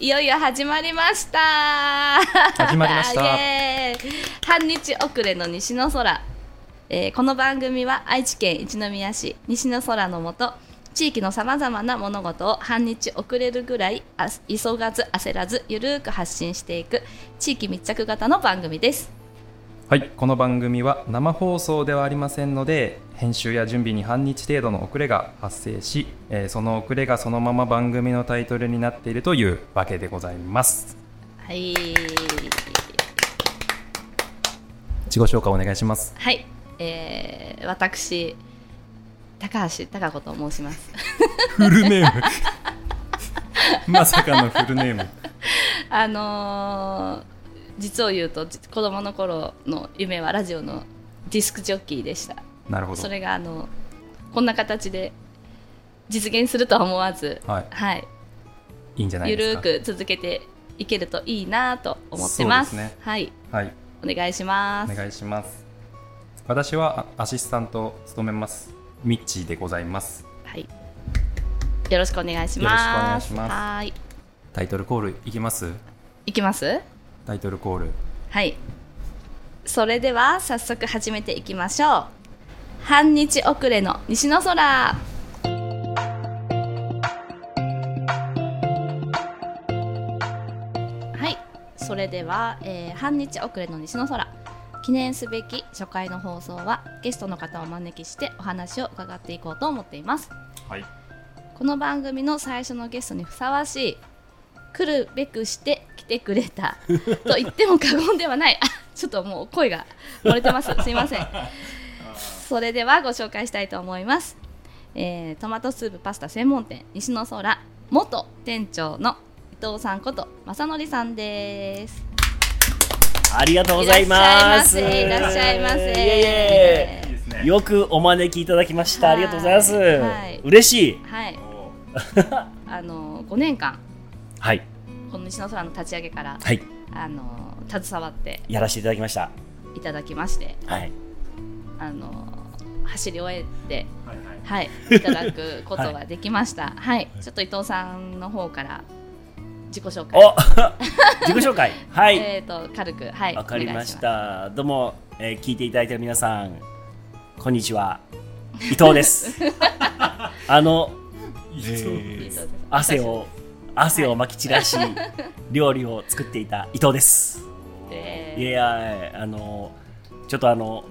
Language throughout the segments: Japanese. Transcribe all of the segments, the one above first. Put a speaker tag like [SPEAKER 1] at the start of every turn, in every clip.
[SPEAKER 1] いよいよ始まりました
[SPEAKER 2] 始まりました
[SPEAKER 1] イエーイ半日遅れの西の空、えーこの番組は愛知県一宮市西の空の下地域のさまざまな物事を半日遅れるぐらいあ急がず焦らずゆるーく発信していく地域密着型の番組です
[SPEAKER 2] はい、この番組は生放送ではありませんので編集や準備に半日程度の遅れが発生し、えーその遅れがそのまま番組のタイトルになっているというわけでございます
[SPEAKER 1] はい
[SPEAKER 2] 自己紹介お願いします
[SPEAKER 1] はい、えー、私高橋貴子と申します
[SPEAKER 2] フルネーム まさかのフルネーム
[SPEAKER 1] あのー実を言うとじ子供の頃の夢はラジオのディスクジョッキーでした
[SPEAKER 2] なるほど
[SPEAKER 1] それがあのこんな形で実現するとは思わず、
[SPEAKER 2] はいいいんじゃない
[SPEAKER 1] ゆ
[SPEAKER 2] ですか
[SPEAKER 1] るーく続けていけるといいなと思ってます
[SPEAKER 2] そうですね
[SPEAKER 1] はい
[SPEAKER 2] はい
[SPEAKER 1] お願いしま
[SPEAKER 2] お
[SPEAKER 1] す
[SPEAKER 2] 願いします私はあアシスタントを務めますミッチーでございます
[SPEAKER 1] はい、よろしくお願いし
[SPEAKER 2] よろしくお願
[SPEAKER 1] ま
[SPEAKER 2] い
[SPEAKER 1] す
[SPEAKER 2] します
[SPEAKER 1] はーい
[SPEAKER 2] タイトルコールいきます
[SPEAKER 1] いきます
[SPEAKER 2] タイトルコール
[SPEAKER 1] はい。それでは早速始めていきましょう。半日遅れの西の空。はい。それでは、えー半日遅れの西の空。記念すべき初回の放送はゲストの方をお招きしてお話を伺っていこうと思っています。
[SPEAKER 2] はい
[SPEAKER 1] この番組の最初のゲストにふさわしい来るべくして来てくれた と言っても過言ではないあちょっともう声が漏れてますすいませんそれではご紹介したいと思います、えートマトスープパスタ専門店西の空元店長の伊藤さんこと正則さんです
[SPEAKER 3] ありがとうございます。
[SPEAKER 1] いらっしゃいませいらっしゃいませ
[SPEAKER 3] イエ
[SPEAKER 2] いいです
[SPEAKER 3] イイエイよくお招きいただきました。
[SPEAKER 1] はい
[SPEAKER 3] ありがとうございます。
[SPEAKER 1] はい
[SPEAKER 3] 嬉しい。
[SPEAKER 1] はいあの5年間
[SPEAKER 3] はい。
[SPEAKER 1] この西の空の立ち上げから
[SPEAKER 3] はい。
[SPEAKER 1] あの携わって
[SPEAKER 3] やらせていただきました。
[SPEAKER 1] いただきまして
[SPEAKER 3] はい。
[SPEAKER 1] あの走り終えて
[SPEAKER 2] はいはい
[SPEAKER 1] はい、いただくことができました。はい、ちょっと伊藤さんの方から自己紹介、
[SPEAKER 3] お 自己紹介。はい。わ、
[SPEAKER 1] えっ、と軽くはい、
[SPEAKER 3] かりまし
[SPEAKER 1] お願い
[SPEAKER 3] た。どうも、えー聞いていただいてる皆さん、こんにちは。伊藤 です。あの、
[SPEAKER 1] します。
[SPEAKER 3] 汗を、汗をまき散 らし、料理を作っていた伊藤です。
[SPEAKER 1] えー
[SPEAKER 3] いやあのちょっとあの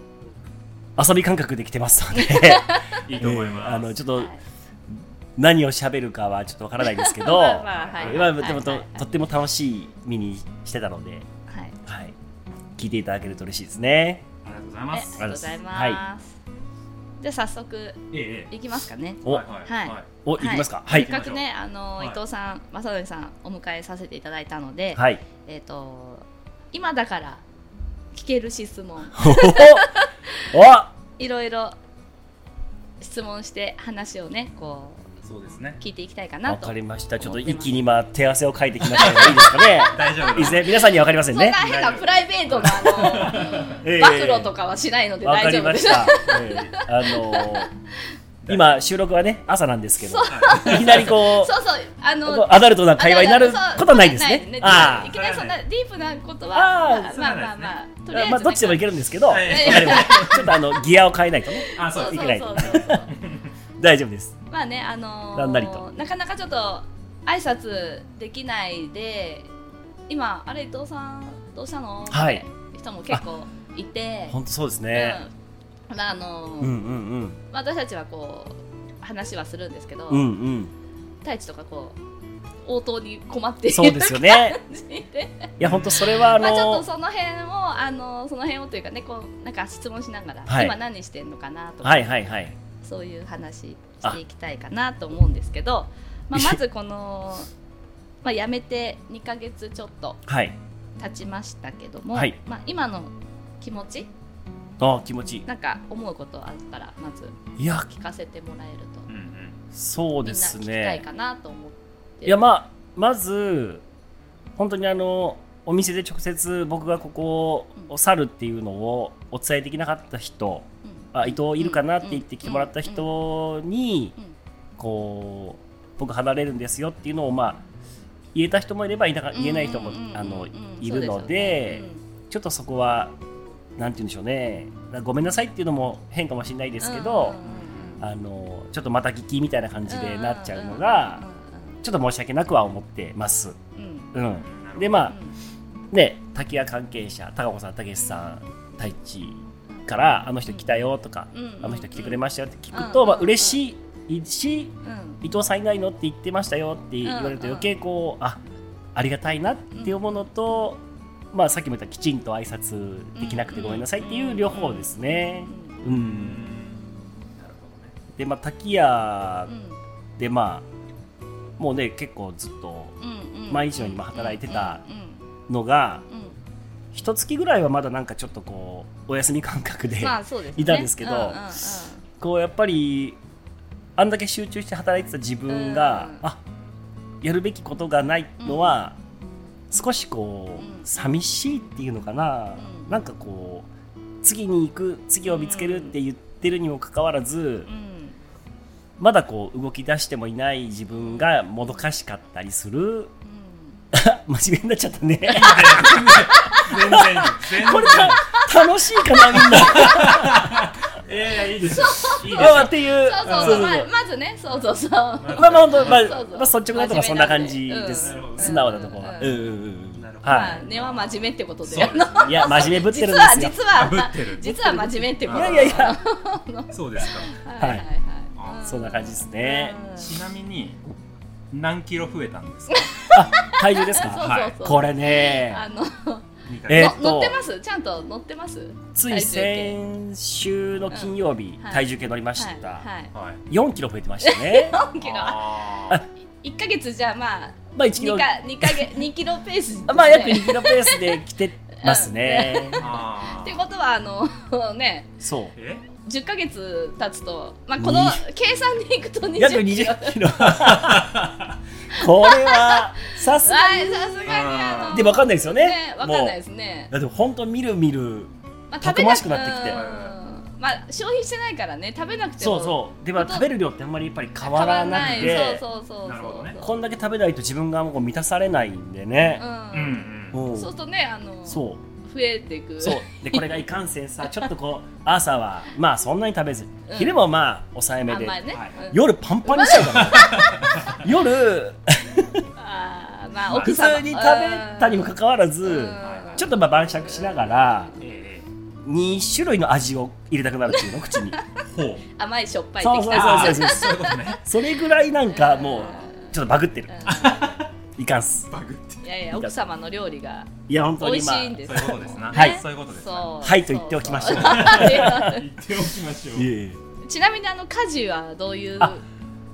[SPEAKER 3] 遊び感覚で来てますので
[SPEAKER 2] いい
[SPEAKER 3] えーあのちょっと
[SPEAKER 1] い
[SPEAKER 3] 何を喋るかはちょっとわからないですけど
[SPEAKER 1] まあまあ はい
[SPEAKER 3] まあでもと
[SPEAKER 1] はいはいはい
[SPEAKER 3] とっても楽しみにしてたので、
[SPEAKER 1] はい、
[SPEAKER 3] はい、聞いていただけると嬉しいですね。
[SPEAKER 2] ありがとうござい
[SPEAKER 1] あ
[SPEAKER 2] ま
[SPEAKER 1] りがとうございます。
[SPEAKER 3] は
[SPEAKER 1] じゃあ早速
[SPEAKER 2] え
[SPEAKER 1] いきますかね。
[SPEAKER 3] お、
[SPEAKER 1] はい
[SPEAKER 3] お、
[SPEAKER 1] はい
[SPEAKER 3] い、きますか。はい
[SPEAKER 1] せっかくね、あの、
[SPEAKER 2] はい
[SPEAKER 1] 伊藤さん、正則さん、お迎えさせていただいたので、
[SPEAKER 3] はい。
[SPEAKER 1] えっ、と今だから聞ける質問、
[SPEAKER 3] お、お
[SPEAKER 1] いろいろ質問して話をね、こ
[SPEAKER 2] そうですね
[SPEAKER 1] う聞いていきたいか
[SPEAKER 3] わ
[SPEAKER 1] なと
[SPEAKER 3] かりました。ちょっと一気に今手汗をかいてきましたのでいいですかね。
[SPEAKER 2] 大丈夫
[SPEAKER 3] いいですね。皆さんにはわかりません
[SPEAKER 1] そんな
[SPEAKER 3] ね。
[SPEAKER 1] 変なプライベートなあ
[SPEAKER 3] え
[SPEAKER 1] の
[SPEAKER 3] え
[SPEAKER 1] 暴露とかはしないので
[SPEAKER 3] わか
[SPEAKER 1] 大
[SPEAKER 3] り
[SPEAKER 1] 丈夫
[SPEAKER 3] ま
[SPEAKER 1] で
[SPEAKER 3] し
[SPEAKER 1] す。
[SPEAKER 3] た。えーあの ー今収録はね朝なんですけど、いきなりこ
[SPEAKER 1] そうそうあ
[SPEAKER 3] うこう
[SPEAKER 1] の
[SPEAKER 3] アダルトな会話になることはないです
[SPEAKER 1] そう
[SPEAKER 3] ね。
[SPEAKER 1] あい
[SPEAKER 3] あー
[SPEAKER 1] きなりそんなディープなことは
[SPEAKER 3] あー
[SPEAKER 1] まあまあまあまあとりあえず
[SPEAKER 3] まあどっちでもいけ
[SPEAKER 1] る。
[SPEAKER 3] るんですけど、わか
[SPEAKER 2] はい
[SPEAKER 3] りましたちょっとあのギアを変えないとね、
[SPEAKER 2] あ
[SPEAKER 1] そう
[SPEAKER 3] い
[SPEAKER 1] そ
[SPEAKER 3] け
[SPEAKER 1] う
[SPEAKER 3] ない
[SPEAKER 1] そ
[SPEAKER 3] と
[SPEAKER 1] うそう。
[SPEAKER 3] 大丈夫です。
[SPEAKER 1] まあねあのー
[SPEAKER 3] なんなりと
[SPEAKER 1] なかなかちょっと挨拶できないで今あれ伊藤さんどうしたの？
[SPEAKER 3] はい
[SPEAKER 1] って人も結構いて。
[SPEAKER 3] 本当そうですね。
[SPEAKER 1] うんまああのー
[SPEAKER 3] うんうん
[SPEAKER 1] まあ私たちはこう話はするんですけど、
[SPEAKER 3] うんうんうん。
[SPEAKER 1] 太一とかこう応答に困っている
[SPEAKER 3] そうですよね。
[SPEAKER 1] 感じで
[SPEAKER 3] いや本当それは あ
[SPEAKER 1] まあちょっと
[SPEAKER 3] の
[SPEAKER 1] その辺をあのその辺をというかねこうなんか質問しながら、
[SPEAKER 3] はい
[SPEAKER 1] 今何してんのかなとか、
[SPEAKER 3] はいはいはい
[SPEAKER 1] そういう話していきたいかなと思うんですけど、 まあまずこのまあ辞めて2ヶ月ちょっと
[SPEAKER 3] はい。
[SPEAKER 1] 経ちましたけども、
[SPEAKER 3] はい
[SPEAKER 1] まあ今の気持ち
[SPEAKER 3] あ気持ちいい。
[SPEAKER 1] なんか思うことあったらまず
[SPEAKER 3] いや
[SPEAKER 1] 聞かせてもらえると、
[SPEAKER 2] うん
[SPEAKER 3] そう
[SPEAKER 1] みん
[SPEAKER 3] で
[SPEAKER 1] な
[SPEAKER 3] す
[SPEAKER 1] 聞きた
[SPEAKER 3] ね
[SPEAKER 1] い。かなと思って
[SPEAKER 3] いやまあまず本当にあのお店で直接僕がここを去るっていうのをお伝えできなかった人、
[SPEAKER 1] うん
[SPEAKER 3] あ伊藤いるかなって言って来てもらった人に
[SPEAKER 1] うん
[SPEAKER 3] こう僕離れるんですよっていうのをまあ言えた人もいれば言えなか言えない人も
[SPEAKER 1] うんうんうんうん
[SPEAKER 3] あの
[SPEAKER 1] うん
[SPEAKER 3] いるの
[SPEAKER 1] そうで
[SPEAKER 3] です
[SPEAKER 1] よね
[SPEAKER 3] ちょっとそこはなんて言うんでしょうねごめんなさいっていうのも変かもしれないで
[SPEAKER 1] です
[SPEAKER 3] けど、
[SPEAKER 1] あ
[SPEAKER 3] あのちょっとまた聞きみたいな感じでなっちゃうのがちょっと申し訳なくは思ってます。うん、でまあ、ね、滝谷関係者、高子さん、たけしさん、太一から、あの人来たよとか、あの人来てくれ
[SPEAKER 1] ま
[SPEAKER 3] ましたよって聞く
[SPEAKER 1] うんうんう
[SPEAKER 3] と、
[SPEAKER 1] ん
[SPEAKER 3] まあ嬉しいし、
[SPEAKER 1] す、うん
[SPEAKER 3] 伊藤さんいないのって言ってましたよって言われると、
[SPEAKER 1] うんうん
[SPEAKER 3] 余計こう、あありがたいなって思うのと、まあ、さっきも言ったきちんと挨拶できなくてごめんなさいっていう両方ですね。うん、
[SPEAKER 2] なるほどね
[SPEAKER 3] で、まあ、滝谷
[SPEAKER 1] うん
[SPEAKER 3] で、まあ、もうね、結構ずっと
[SPEAKER 1] うんうん
[SPEAKER 3] 毎日のように今働いてた
[SPEAKER 1] うん
[SPEAKER 3] のが、
[SPEAKER 1] うんうん
[SPEAKER 3] 一月ぐらいはまだなんかちょっとこうお休み感覚で、
[SPEAKER 1] まあそうですね
[SPEAKER 3] いたんですけど
[SPEAKER 1] うう
[SPEAKER 3] こうやっぱりあんだけ集中して働いてた自分が、
[SPEAKER 1] うん
[SPEAKER 3] あやるべきことがないのは、少しこう、
[SPEAKER 1] うん
[SPEAKER 3] 寂しいっていうのかな、
[SPEAKER 1] うん
[SPEAKER 3] なんかこう次に行く次を見つけるって言ってるにもかかわらず、
[SPEAKER 1] うんうん
[SPEAKER 3] まだこう動き出してもいない自分がもどかしかったり する真面目になっちゃったね
[SPEAKER 2] 全然いい全
[SPEAKER 3] これた楽しいかなみんな
[SPEAKER 2] 然いやいやいいですよいいです
[SPEAKER 3] まあ
[SPEAKER 2] よ
[SPEAKER 3] っていう
[SPEAKER 1] そうそうそうままずねそうそうそう
[SPEAKER 3] まあまあ本当まあ、
[SPEAKER 1] そうそう
[SPEAKER 3] まあ率直なとこはそんな感じです
[SPEAKER 2] 真面目なんでう。ん
[SPEAKER 3] 素直なとこは。
[SPEAKER 1] うん
[SPEAKER 3] うんうんうん
[SPEAKER 2] なるほど
[SPEAKER 1] ま
[SPEAKER 3] は
[SPEAKER 1] あ根は真面目ってことで
[SPEAKER 2] そうです
[SPEAKER 3] い。いや真面目ぶって
[SPEAKER 1] 実
[SPEAKER 3] るんで
[SPEAKER 1] は
[SPEAKER 3] すよ。
[SPEAKER 1] 実
[SPEAKER 2] ぶ
[SPEAKER 1] は
[SPEAKER 2] ってる
[SPEAKER 1] 実は真面目ってこと
[SPEAKER 3] いやいやいや、
[SPEAKER 2] そうですか
[SPEAKER 1] はいはいはい
[SPEAKER 2] あ
[SPEAKER 3] そんな感じですね。
[SPEAKER 1] うん
[SPEAKER 2] ちなみに何キロ増えたんですか
[SPEAKER 3] 体重ですか。
[SPEAKER 1] そう
[SPEAKER 3] はい
[SPEAKER 1] そうそう
[SPEAKER 3] これね、
[SPEAKER 1] あの
[SPEAKER 2] 二ヶ
[SPEAKER 3] え
[SPEAKER 2] 月
[SPEAKER 3] ーっと
[SPEAKER 1] の乗ってますちゃんと乗ってます
[SPEAKER 3] つ
[SPEAKER 1] 体重
[SPEAKER 3] い
[SPEAKER 1] 計
[SPEAKER 3] 先週の金曜日
[SPEAKER 1] うんはい
[SPEAKER 3] 体重計乗りまし
[SPEAKER 1] は
[SPEAKER 3] た。
[SPEAKER 1] い
[SPEAKER 2] はい
[SPEAKER 3] 4キロ増えてました ね。
[SPEAKER 1] はい4キロ
[SPEAKER 2] あー
[SPEAKER 1] 1ヶ月じゃあまあ
[SPEAKER 3] まあ1キ
[SPEAKER 1] 2
[SPEAKER 3] ロ、
[SPEAKER 1] か二かげ2キロ ペースですね
[SPEAKER 3] まあ約2キロペースで来てますね。
[SPEAKER 2] あ
[SPEAKER 1] って
[SPEAKER 2] ー
[SPEAKER 1] ことはあの ね
[SPEAKER 3] そ
[SPEAKER 2] え
[SPEAKER 1] 10ヶ月経つと、まあ、この計算でいくと
[SPEAKER 3] う。約
[SPEAKER 1] 20キロ
[SPEAKER 3] 20キロ。 これはさす が
[SPEAKER 1] はいさすがにあの
[SPEAKER 3] でわかんないですよね。
[SPEAKER 1] ねわかんないですね
[SPEAKER 3] もうだって本当見る見る。
[SPEAKER 1] まあ
[SPEAKER 3] たくましくなってきて
[SPEAKER 1] うんまあ消費してないからね食べなくても
[SPEAKER 3] そうそうでも
[SPEAKER 1] ほと
[SPEAKER 3] 食べる量ってあんまりやっぱり変
[SPEAKER 1] 変わ
[SPEAKER 3] わら
[SPEAKER 1] ら
[SPEAKER 3] な
[SPEAKER 1] な
[SPEAKER 3] く
[SPEAKER 1] い
[SPEAKER 3] て
[SPEAKER 1] そうそうそうそう
[SPEAKER 2] なるほどね
[SPEAKER 3] こんだけ食べないと自分がもう満たされないんでね、
[SPEAKER 2] う
[SPEAKER 1] うん
[SPEAKER 2] んうん
[SPEAKER 3] うん
[SPEAKER 1] そうす
[SPEAKER 3] そ
[SPEAKER 1] るとねあの
[SPEAKER 3] う
[SPEAKER 1] 増
[SPEAKER 3] そ
[SPEAKER 1] えていく
[SPEAKER 3] うでこれがいかんせんさちょっとこう朝はまあそんなに食べず
[SPEAKER 1] うん
[SPEAKER 3] 昼もまあ抑えめ
[SPEAKER 1] あ
[SPEAKER 3] で、
[SPEAKER 1] んまりね、
[SPEAKER 2] はい
[SPEAKER 1] うん
[SPEAKER 3] 夜パンパンにしちゃうから、 夜
[SPEAKER 1] あーま
[SPEAKER 2] ま
[SPEAKER 1] あ
[SPEAKER 2] あ
[SPEAKER 1] 奥
[SPEAKER 3] 普通
[SPEAKER 1] 様
[SPEAKER 3] に食べたにもかかわらず、
[SPEAKER 1] うん
[SPEAKER 3] ちょっとまあ晩酌しながら
[SPEAKER 2] え
[SPEAKER 3] 2種類の味を入れたくなるっていうの口に
[SPEAKER 2] えほう
[SPEAKER 1] 甘いしょっぱい
[SPEAKER 3] そう
[SPEAKER 1] き
[SPEAKER 3] そう
[SPEAKER 1] た
[SPEAKER 3] そうそう
[SPEAKER 2] あーい
[SPEAKER 3] そう
[SPEAKER 2] うことね
[SPEAKER 3] それぐらいなんかもうちょっとバグっ てる、いかんっす
[SPEAKER 2] バグって
[SPEAKER 1] うんいやいや奥様の料理が
[SPEAKER 3] いや本当
[SPEAKER 1] 美
[SPEAKER 3] に
[SPEAKER 1] 味し
[SPEAKER 3] まあ
[SPEAKER 1] いんです
[SPEAKER 2] そういうことですな
[SPEAKER 3] はい
[SPEAKER 2] そういうことですな
[SPEAKER 1] そう
[SPEAKER 3] はいと言っておきましょう
[SPEAKER 1] た
[SPEAKER 2] 言っておきましょう
[SPEAKER 1] ちなみにあの家事はどういう
[SPEAKER 3] あ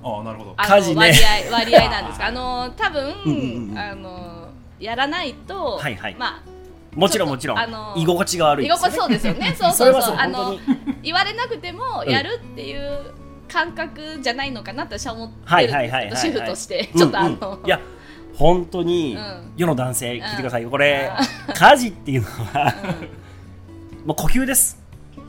[SPEAKER 2] ああなるほど
[SPEAKER 1] あの
[SPEAKER 3] 家事ね
[SPEAKER 1] 割合割合なんですかあの多分、
[SPEAKER 3] うんうんうん
[SPEAKER 1] あのやらないと、
[SPEAKER 3] はいはい
[SPEAKER 1] ま
[SPEAKER 3] もちろんもちろん、
[SPEAKER 1] ちょっとあのー
[SPEAKER 3] 居心地が悪
[SPEAKER 1] あ
[SPEAKER 3] い
[SPEAKER 1] 居
[SPEAKER 3] です
[SPEAKER 1] 心地そうですよ ねそう
[SPEAKER 3] そ
[SPEAKER 1] そ
[SPEAKER 3] れ
[SPEAKER 1] う
[SPEAKER 3] は
[SPEAKER 1] そ
[SPEAKER 3] そうう
[SPEAKER 1] あ
[SPEAKER 3] 本当
[SPEAKER 1] の
[SPEAKER 3] に
[SPEAKER 1] 言われなくてもやるっていう感覚じゃないのかなって私は思って
[SPEAKER 3] はい
[SPEAKER 1] るん
[SPEAKER 3] は
[SPEAKER 1] で
[SPEAKER 3] い
[SPEAKER 1] す
[SPEAKER 3] は
[SPEAKER 1] け
[SPEAKER 3] いはい
[SPEAKER 1] ど
[SPEAKER 3] はい
[SPEAKER 1] 主婦としてちょっとあの、
[SPEAKER 3] うんうんいや本当に、
[SPEAKER 1] うん
[SPEAKER 3] 世の男性聞いてくださいよこれ、家事っていうのはもう呼吸ですもう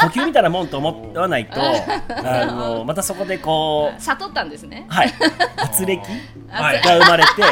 [SPEAKER 3] 呼吸みたいなもんと思わないとあのまたそこでこう
[SPEAKER 1] 悟ったんですね
[SPEAKER 3] はい圧力
[SPEAKER 2] はい
[SPEAKER 3] が生 まれて
[SPEAKER 2] は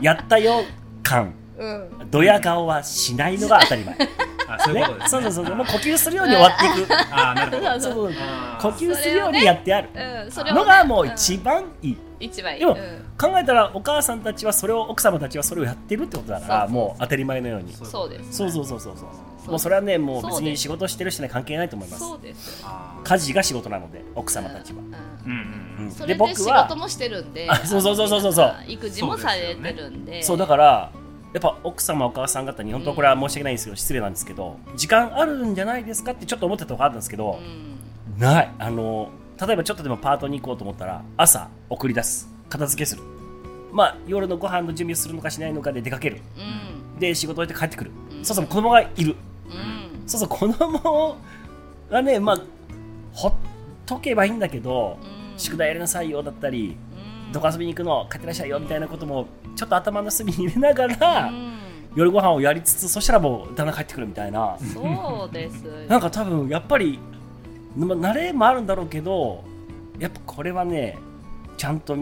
[SPEAKER 2] い
[SPEAKER 3] やったよ感
[SPEAKER 1] うん
[SPEAKER 3] ドヤ顔はしないのが当たり前、ね、
[SPEAKER 2] あそういうことです
[SPEAKER 3] そうそう
[SPEAKER 2] ね
[SPEAKER 3] そうそうもう呼吸するように終わっていく
[SPEAKER 2] ああなるほど
[SPEAKER 1] そう
[SPEAKER 3] そう
[SPEAKER 1] そう
[SPEAKER 3] そう
[SPEAKER 2] あー
[SPEAKER 3] 呼吸するようにやってある
[SPEAKER 1] うんそれをね
[SPEAKER 3] のがもう一番いい、
[SPEAKER 1] うん一番いい
[SPEAKER 3] でも
[SPEAKER 1] うん
[SPEAKER 3] 考えたらお母さんたちはそれを奥様たちはそれをやってるってことだから
[SPEAKER 1] そうそうそう
[SPEAKER 3] もう当たり前のように
[SPEAKER 2] そ
[SPEAKER 1] そうです
[SPEAKER 3] そうそうそうそうそう
[SPEAKER 1] そう
[SPEAKER 3] もうそれはねもう別
[SPEAKER 1] そうで
[SPEAKER 3] に
[SPEAKER 1] す
[SPEAKER 3] 仕事してる人には関係ないと思います
[SPEAKER 1] そうです
[SPEAKER 2] あー
[SPEAKER 3] 家事が仕事なので奥様たちは
[SPEAKER 1] う、んう
[SPEAKER 2] うんう
[SPEAKER 1] ん
[SPEAKER 2] んうん
[SPEAKER 3] うん
[SPEAKER 1] それで
[SPEAKER 3] で僕
[SPEAKER 1] 仕
[SPEAKER 3] は
[SPEAKER 1] 事もしてるんで
[SPEAKER 3] あそうそうそうそうそうそう
[SPEAKER 1] あの育児もされてるんで
[SPEAKER 3] そうだからやっぱ奥様お母さん方に本当これは申し訳ないんですけど失礼なんですけど時間あるんじゃないですかってちょっと思ってたとこあったんですけど
[SPEAKER 1] う、ん
[SPEAKER 3] ないあの例えばちょっとでもパートに行こうと思ったら朝送り出す片付けするまあ夜のご飯の準備をするのかしないのかで出かける
[SPEAKER 1] うん
[SPEAKER 3] で仕事終えて帰ってくる、
[SPEAKER 1] うん
[SPEAKER 3] そうそう子供がいる
[SPEAKER 1] うん
[SPEAKER 3] そうそう子供がねまあほっとけばいいんだけど、
[SPEAKER 1] うん
[SPEAKER 3] 宿題やりなさいよだったり
[SPEAKER 1] うん
[SPEAKER 3] どこ遊びに行くの帰ってらっしゃいよみたいなこともちょっと頭の隅に入れながら、
[SPEAKER 1] うん
[SPEAKER 3] 夜ご飯をやりつつそしたらもう旦那帰ってくるみたいな
[SPEAKER 1] そうです よ
[SPEAKER 3] なんか多分やっぱり、ま慣れもあるんだろうけどやっぱこれはねちゃんと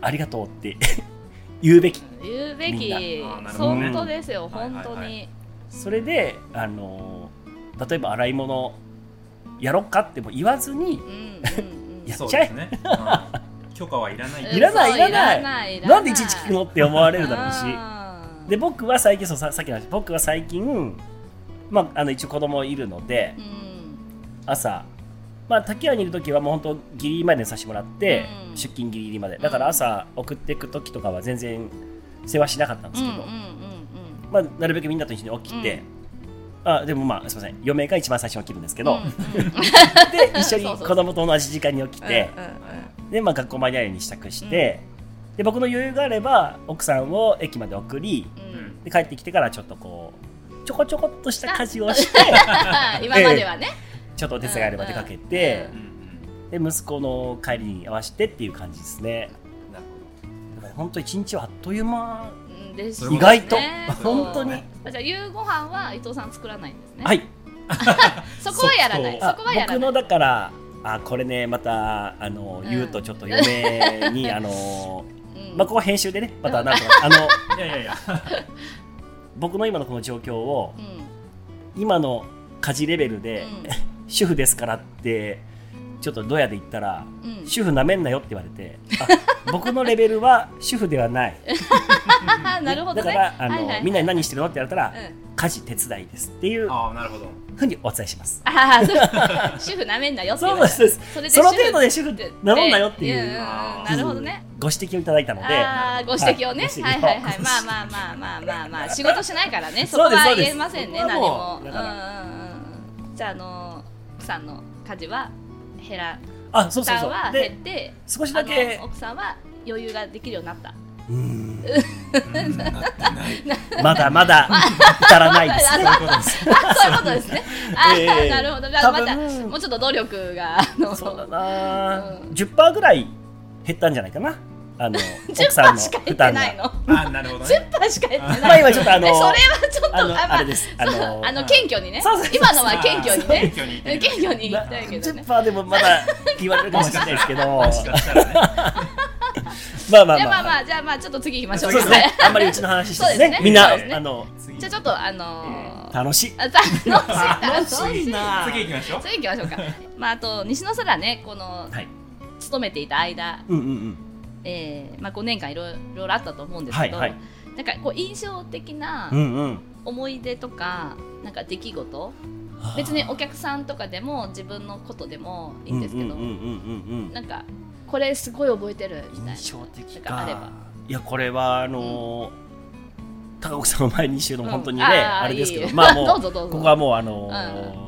[SPEAKER 3] ありがとうって 言うべき
[SPEAKER 1] 言うべ
[SPEAKER 3] みん
[SPEAKER 1] き
[SPEAKER 3] なあ
[SPEAKER 2] ーなるほどね
[SPEAKER 1] 本当です
[SPEAKER 2] は
[SPEAKER 1] よ
[SPEAKER 2] いはい
[SPEAKER 1] 本当に
[SPEAKER 3] それであの例えば洗い物やろっかっても言わずに
[SPEAKER 1] うんうんうん
[SPEAKER 3] やっ
[SPEAKER 2] そう
[SPEAKER 3] ちゃえ
[SPEAKER 2] ですね、うん許可はいらない
[SPEAKER 1] うん
[SPEAKER 3] いらない
[SPEAKER 1] そう
[SPEAKER 3] いらない
[SPEAKER 1] いら
[SPEAKER 3] なんでいちいち聞く
[SPEAKER 1] っ
[SPEAKER 3] のって思われ
[SPEAKER 1] て
[SPEAKER 3] るだろうしで僕は最近そうささっきの話僕は最近、まあ、あの一応子供いるので
[SPEAKER 1] うん
[SPEAKER 3] 朝、まあ、竹谷にいる時はもう本当ギリギリまで寝させてもらって、
[SPEAKER 1] うん
[SPEAKER 3] 出勤ギリギリまでだから朝送っていく時とかは全然世話しなかったんで
[SPEAKER 1] うん
[SPEAKER 3] す
[SPEAKER 1] うん
[SPEAKER 3] け
[SPEAKER 1] うん
[SPEAKER 3] ど、
[SPEAKER 1] うん
[SPEAKER 3] まあ、なるべくみんなと一緒に起きて、あでもまあすみません嫁が一番最初に起きるんですけ
[SPEAKER 1] う
[SPEAKER 3] ど、
[SPEAKER 1] んうん
[SPEAKER 3] で 一緒
[SPEAKER 1] そう
[SPEAKER 3] に
[SPEAKER 1] そう
[SPEAKER 3] 子供と同じ時間に起きて
[SPEAKER 1] うんうんうん
[SPEAKER 3] で、まあ、学校間に合うように支度して、で僕の余裕があれば奥さんを駅まで送り
[SPEAKER 1] うん
[SPEAKER 3] で帰ってきてからちょっとこうちょこちょこっとした家事をして
[SPEAKER 1] 今まではね、
[SPEAKER 3] ちょっとお手伝いあれば出かけて
[SPEAKER 2] う、ん
[SPEAKER 3] で息子の帰りに合わせてっていう感じですね
[SPEAKER 2] うんなるほ
[SPEAKER 3] だから本当一日はあっという間
[SPEAKER 1] うんですね
[SPEAKER 3] 意外と
[SPEAKER 1] そう
[SPEAKER 3] 本当に
[SPEAKER 1] あじゃあ夕ご飯は伊藤さん作らないんですね。、
[SPEAKER 3] はいい
[SPEAKER 1] そこはやらない。そ
[SPEAKER 3] あ
[SPEAKER 1] こはやら
[SPEAKER 3] 僕
[SPEAKER 1] な
[SPEAKER 3] の
[SPEAKER 1] い。
[SPEAKER 3] だからあこれねまたあの、
[SPEAKER 1] うん
[SPEAKER 3] 言うとちょっと 嫁にあの
[SPEAKER 1] うん
[SPEAKER 3] まあここ編集でねまたなんとかあ の
[SPEAKER 2] どいやいやいや
[SPEAKER 3] 僕の今のこの状況を
[SPEAKER 1] うん
[SPEAKER 3] 今の家事レベルで、
[SPEAKER 1] う
[SPEAKER 3] 主婦ですからってちょっとドヤで言ったら
[SPEAKER 1] んうん
[SPEAKER 3] 主婦なめんなよって言われて あ僕のレベルは主婦ではない
[SPEAKER 1] あーなるほど
[SPEAKER 3] だ
[SPEAKER 1] ね。
[SPEAKER 3] からあの、
[SPEAKER 1] はいはい
[SPEAKER 3] みんなに何してるのって言われたら、
[SPEAKER 1] うん
[SPEAKER 3] 家事手伝いですっていう
[SPEAKER 2] ああなるほど
[SPEAKER 3] ふうにお伝えします
[SPEAKER 1] あー そう主婦なめんなよって言
[SPEAKER 3] そう
[SPEAKER 1] わ
[SPEAKER 3] で
[SPEAKER 1] れ
[SPEAKER 3] す
[SPEAKER 1] た
[SPEAKER 3] そうです
[SPEAKER 1] それで
[SPEAKER 3] その程度
[SPEAKER 1] で
[SPEAKER 3] で主婦ってなろうなよってい
[SPEAKER 1] んんん
[SPEAKER 3] う
[SPEAKER 1] なるほどね。
[SPEAKER 3] ご指摘をいただいたので
[SPEAKER 1] ああご指摘をね。
[SPEAKER 3] はい
[SPEAKER 1] はいはいはい。まあまあまあまあまあまあ仕事しないからね。そこ
[SPEAKER 3] そうですそ
[SPEAKER 1] は
[SPEAKER 3] うです
[SPEAKER 1] 言えませんね
[SPEAKER 3] そこは
[SPEAKER 1] 何も。
[SPEAKER 3] も
[SPEAKER 1] う
[SPEAKER 3] うん
[SPEAKER 1] うんう
[SPEAKER 3] だから
[SPEAKER 1] んうん。じゃああの奥さんの家事は減ら。
[SPEAKER 3] あそ
[SPEAKER 1] 奥
[SPEAKER 3] うそう
[SPEAKER 1] さん
[SPEAKER 3] そう
[SPEAKER 1] は減っ
[SPEAKER 3] で
[SPEAKER 1] て、
[SPEAKER 3] 少し
[SPEAKER 1] あ
[SPEAKER 3] だけ
[SPEAKER 1] の奥さんは余裕ができるようになった。
[SPEAKER 3] うーん
[SPEAKER 2] うんなってない
[SPEAKER 3] まだまだ至らないですね
[SPEAKER 2] そういうことです
[SPEAKER 1] あ そういうことですね。あ、
[SPEAKER 3] ええ
[SPEAKER 1] なるほど。じゃあまた
[SPEAKER 3] 多分
[SPEAKER 1] もうちょっと努力があの
[SPEAKER 3] そうだな、
[SPEAKER 1] う
[SPEAKER 3] 10%ぐらい減ったんじゃないかなあの奥さん
[SPEAKER 1] 10%
[SPEAKER 3] の
[SPEAKER 1] しか減っ
[SPEAKER 3] 負
[SPEAKER 1] て
[SPEAKER 3] 担
[SPEAKER 1] ないの
[SPEAKER 3] が。
[SPEAKER 2] あなるほどね
[SPEAKER 1] 10%しか減って
[SPEAKER 3] ま
[SPEAKER 1] な
[SPEAKER 3] あ
[SPEAKER 1] い。
[SPEAKER 3] 今ちょっとあ
[SPEAKER 1] えそ
[SPEAKER 3] の
[SPEAKER 1] れはちょっと
[SPEAKER 3] あの
[SPEAKER 1] ま
[SPEAKER 3] あれです
[SPEAKER 1] そう
[SPEAKER 3] あの
[SPEAKER 1] あの謙虚にね
[SPEAKER 3] そうそうそう。
[SPEAKER 1] 今のは謙虚に
[SPEAKER 2] 謙
[SPEAKER 1] ね。
[SPEAKER 2] 虚に言ってみる
[SPEAKER 1] 謙虚に言
[SPEAKER 3] ま
[SPEAKER 1] いたいけどね。
[SPEAKER 3] 10%でもまだ言われるかもしれないですけど
[SPEAKER 2] もしかしたらね
[SPEAKER 3] まあまあ
[SPEAKER 1] じゃあ
[SPEAKER 3] ま
[SPEAKER 1] ま
[SPEAKER 3] あ
[SPEAKER 1] あまあじゃあまあちょっと次行きまし
[SPEAKER 3] そ
[SPEAKER 1] ょう
[SPEAKER 3] う
[SPEAKER 1] か
[SPEAKER 3] ですね。あんまりうちの話して
[SPEAKER 1] そうで
[SPEAKER 3] ね
[SPEAKER 1] すね
[SPEAKER 3] みんな、
[SPEAKER 2] そうですね
[SPEAKER 3] あの
[SPEAKER 1] じゃあちょっとあのー
[SPEAKER 3] 楽しい
[SPEAKER 1] あ楽しい楽しい。
[SPEAKER 3] な
[SPEAKER 2] 次行きましょう
[SPEAKER 1] 次行きましょうか。まああと西の空ねこの
[SPEAKER 3] はい
[SPEAKER 1] 勤めていた間。
[SPEAKER 3] うんうんうん
[SPEAKER 1] えーまあ、5年間いろいろあったと思うんですけど、
[SPEAKER 3] はいは
[SPEAKER 1] なんかこう印象的な
[SPEAKER 3] うんうん
[SPEAKER 1] 思い出とかなんか出来事別にお客さんとかでも自分のことでもいいんですけど、
[SPEAKER 3] うんうんうんうんうん
[SPEAKER 1] なんかこれすごい覚えてるみたいな
[SPEAKER 3] 印象的
[SPEAKER 1] なんかあれ
[SPEAKER 3] か
[SPEAKER 1] ば
[SPEAKER 3] いやこれはあのー高岡さんを前にしてるのも本当にね、
[SPEAKER 1] うんあー
[SPEAKER 3] あれですけど
[SPEAKER 1] いい
[SPEAKER 3] ま あ
[SPEAKER 1] ど
[SPEAKER 3] も
[SPEAKER 1] う
[SPEAKER 3] う
[SPEAKER 1] ぞどうぞ
[SPEAKER 3] ここはもうあのー
[SPEAKER 1] うん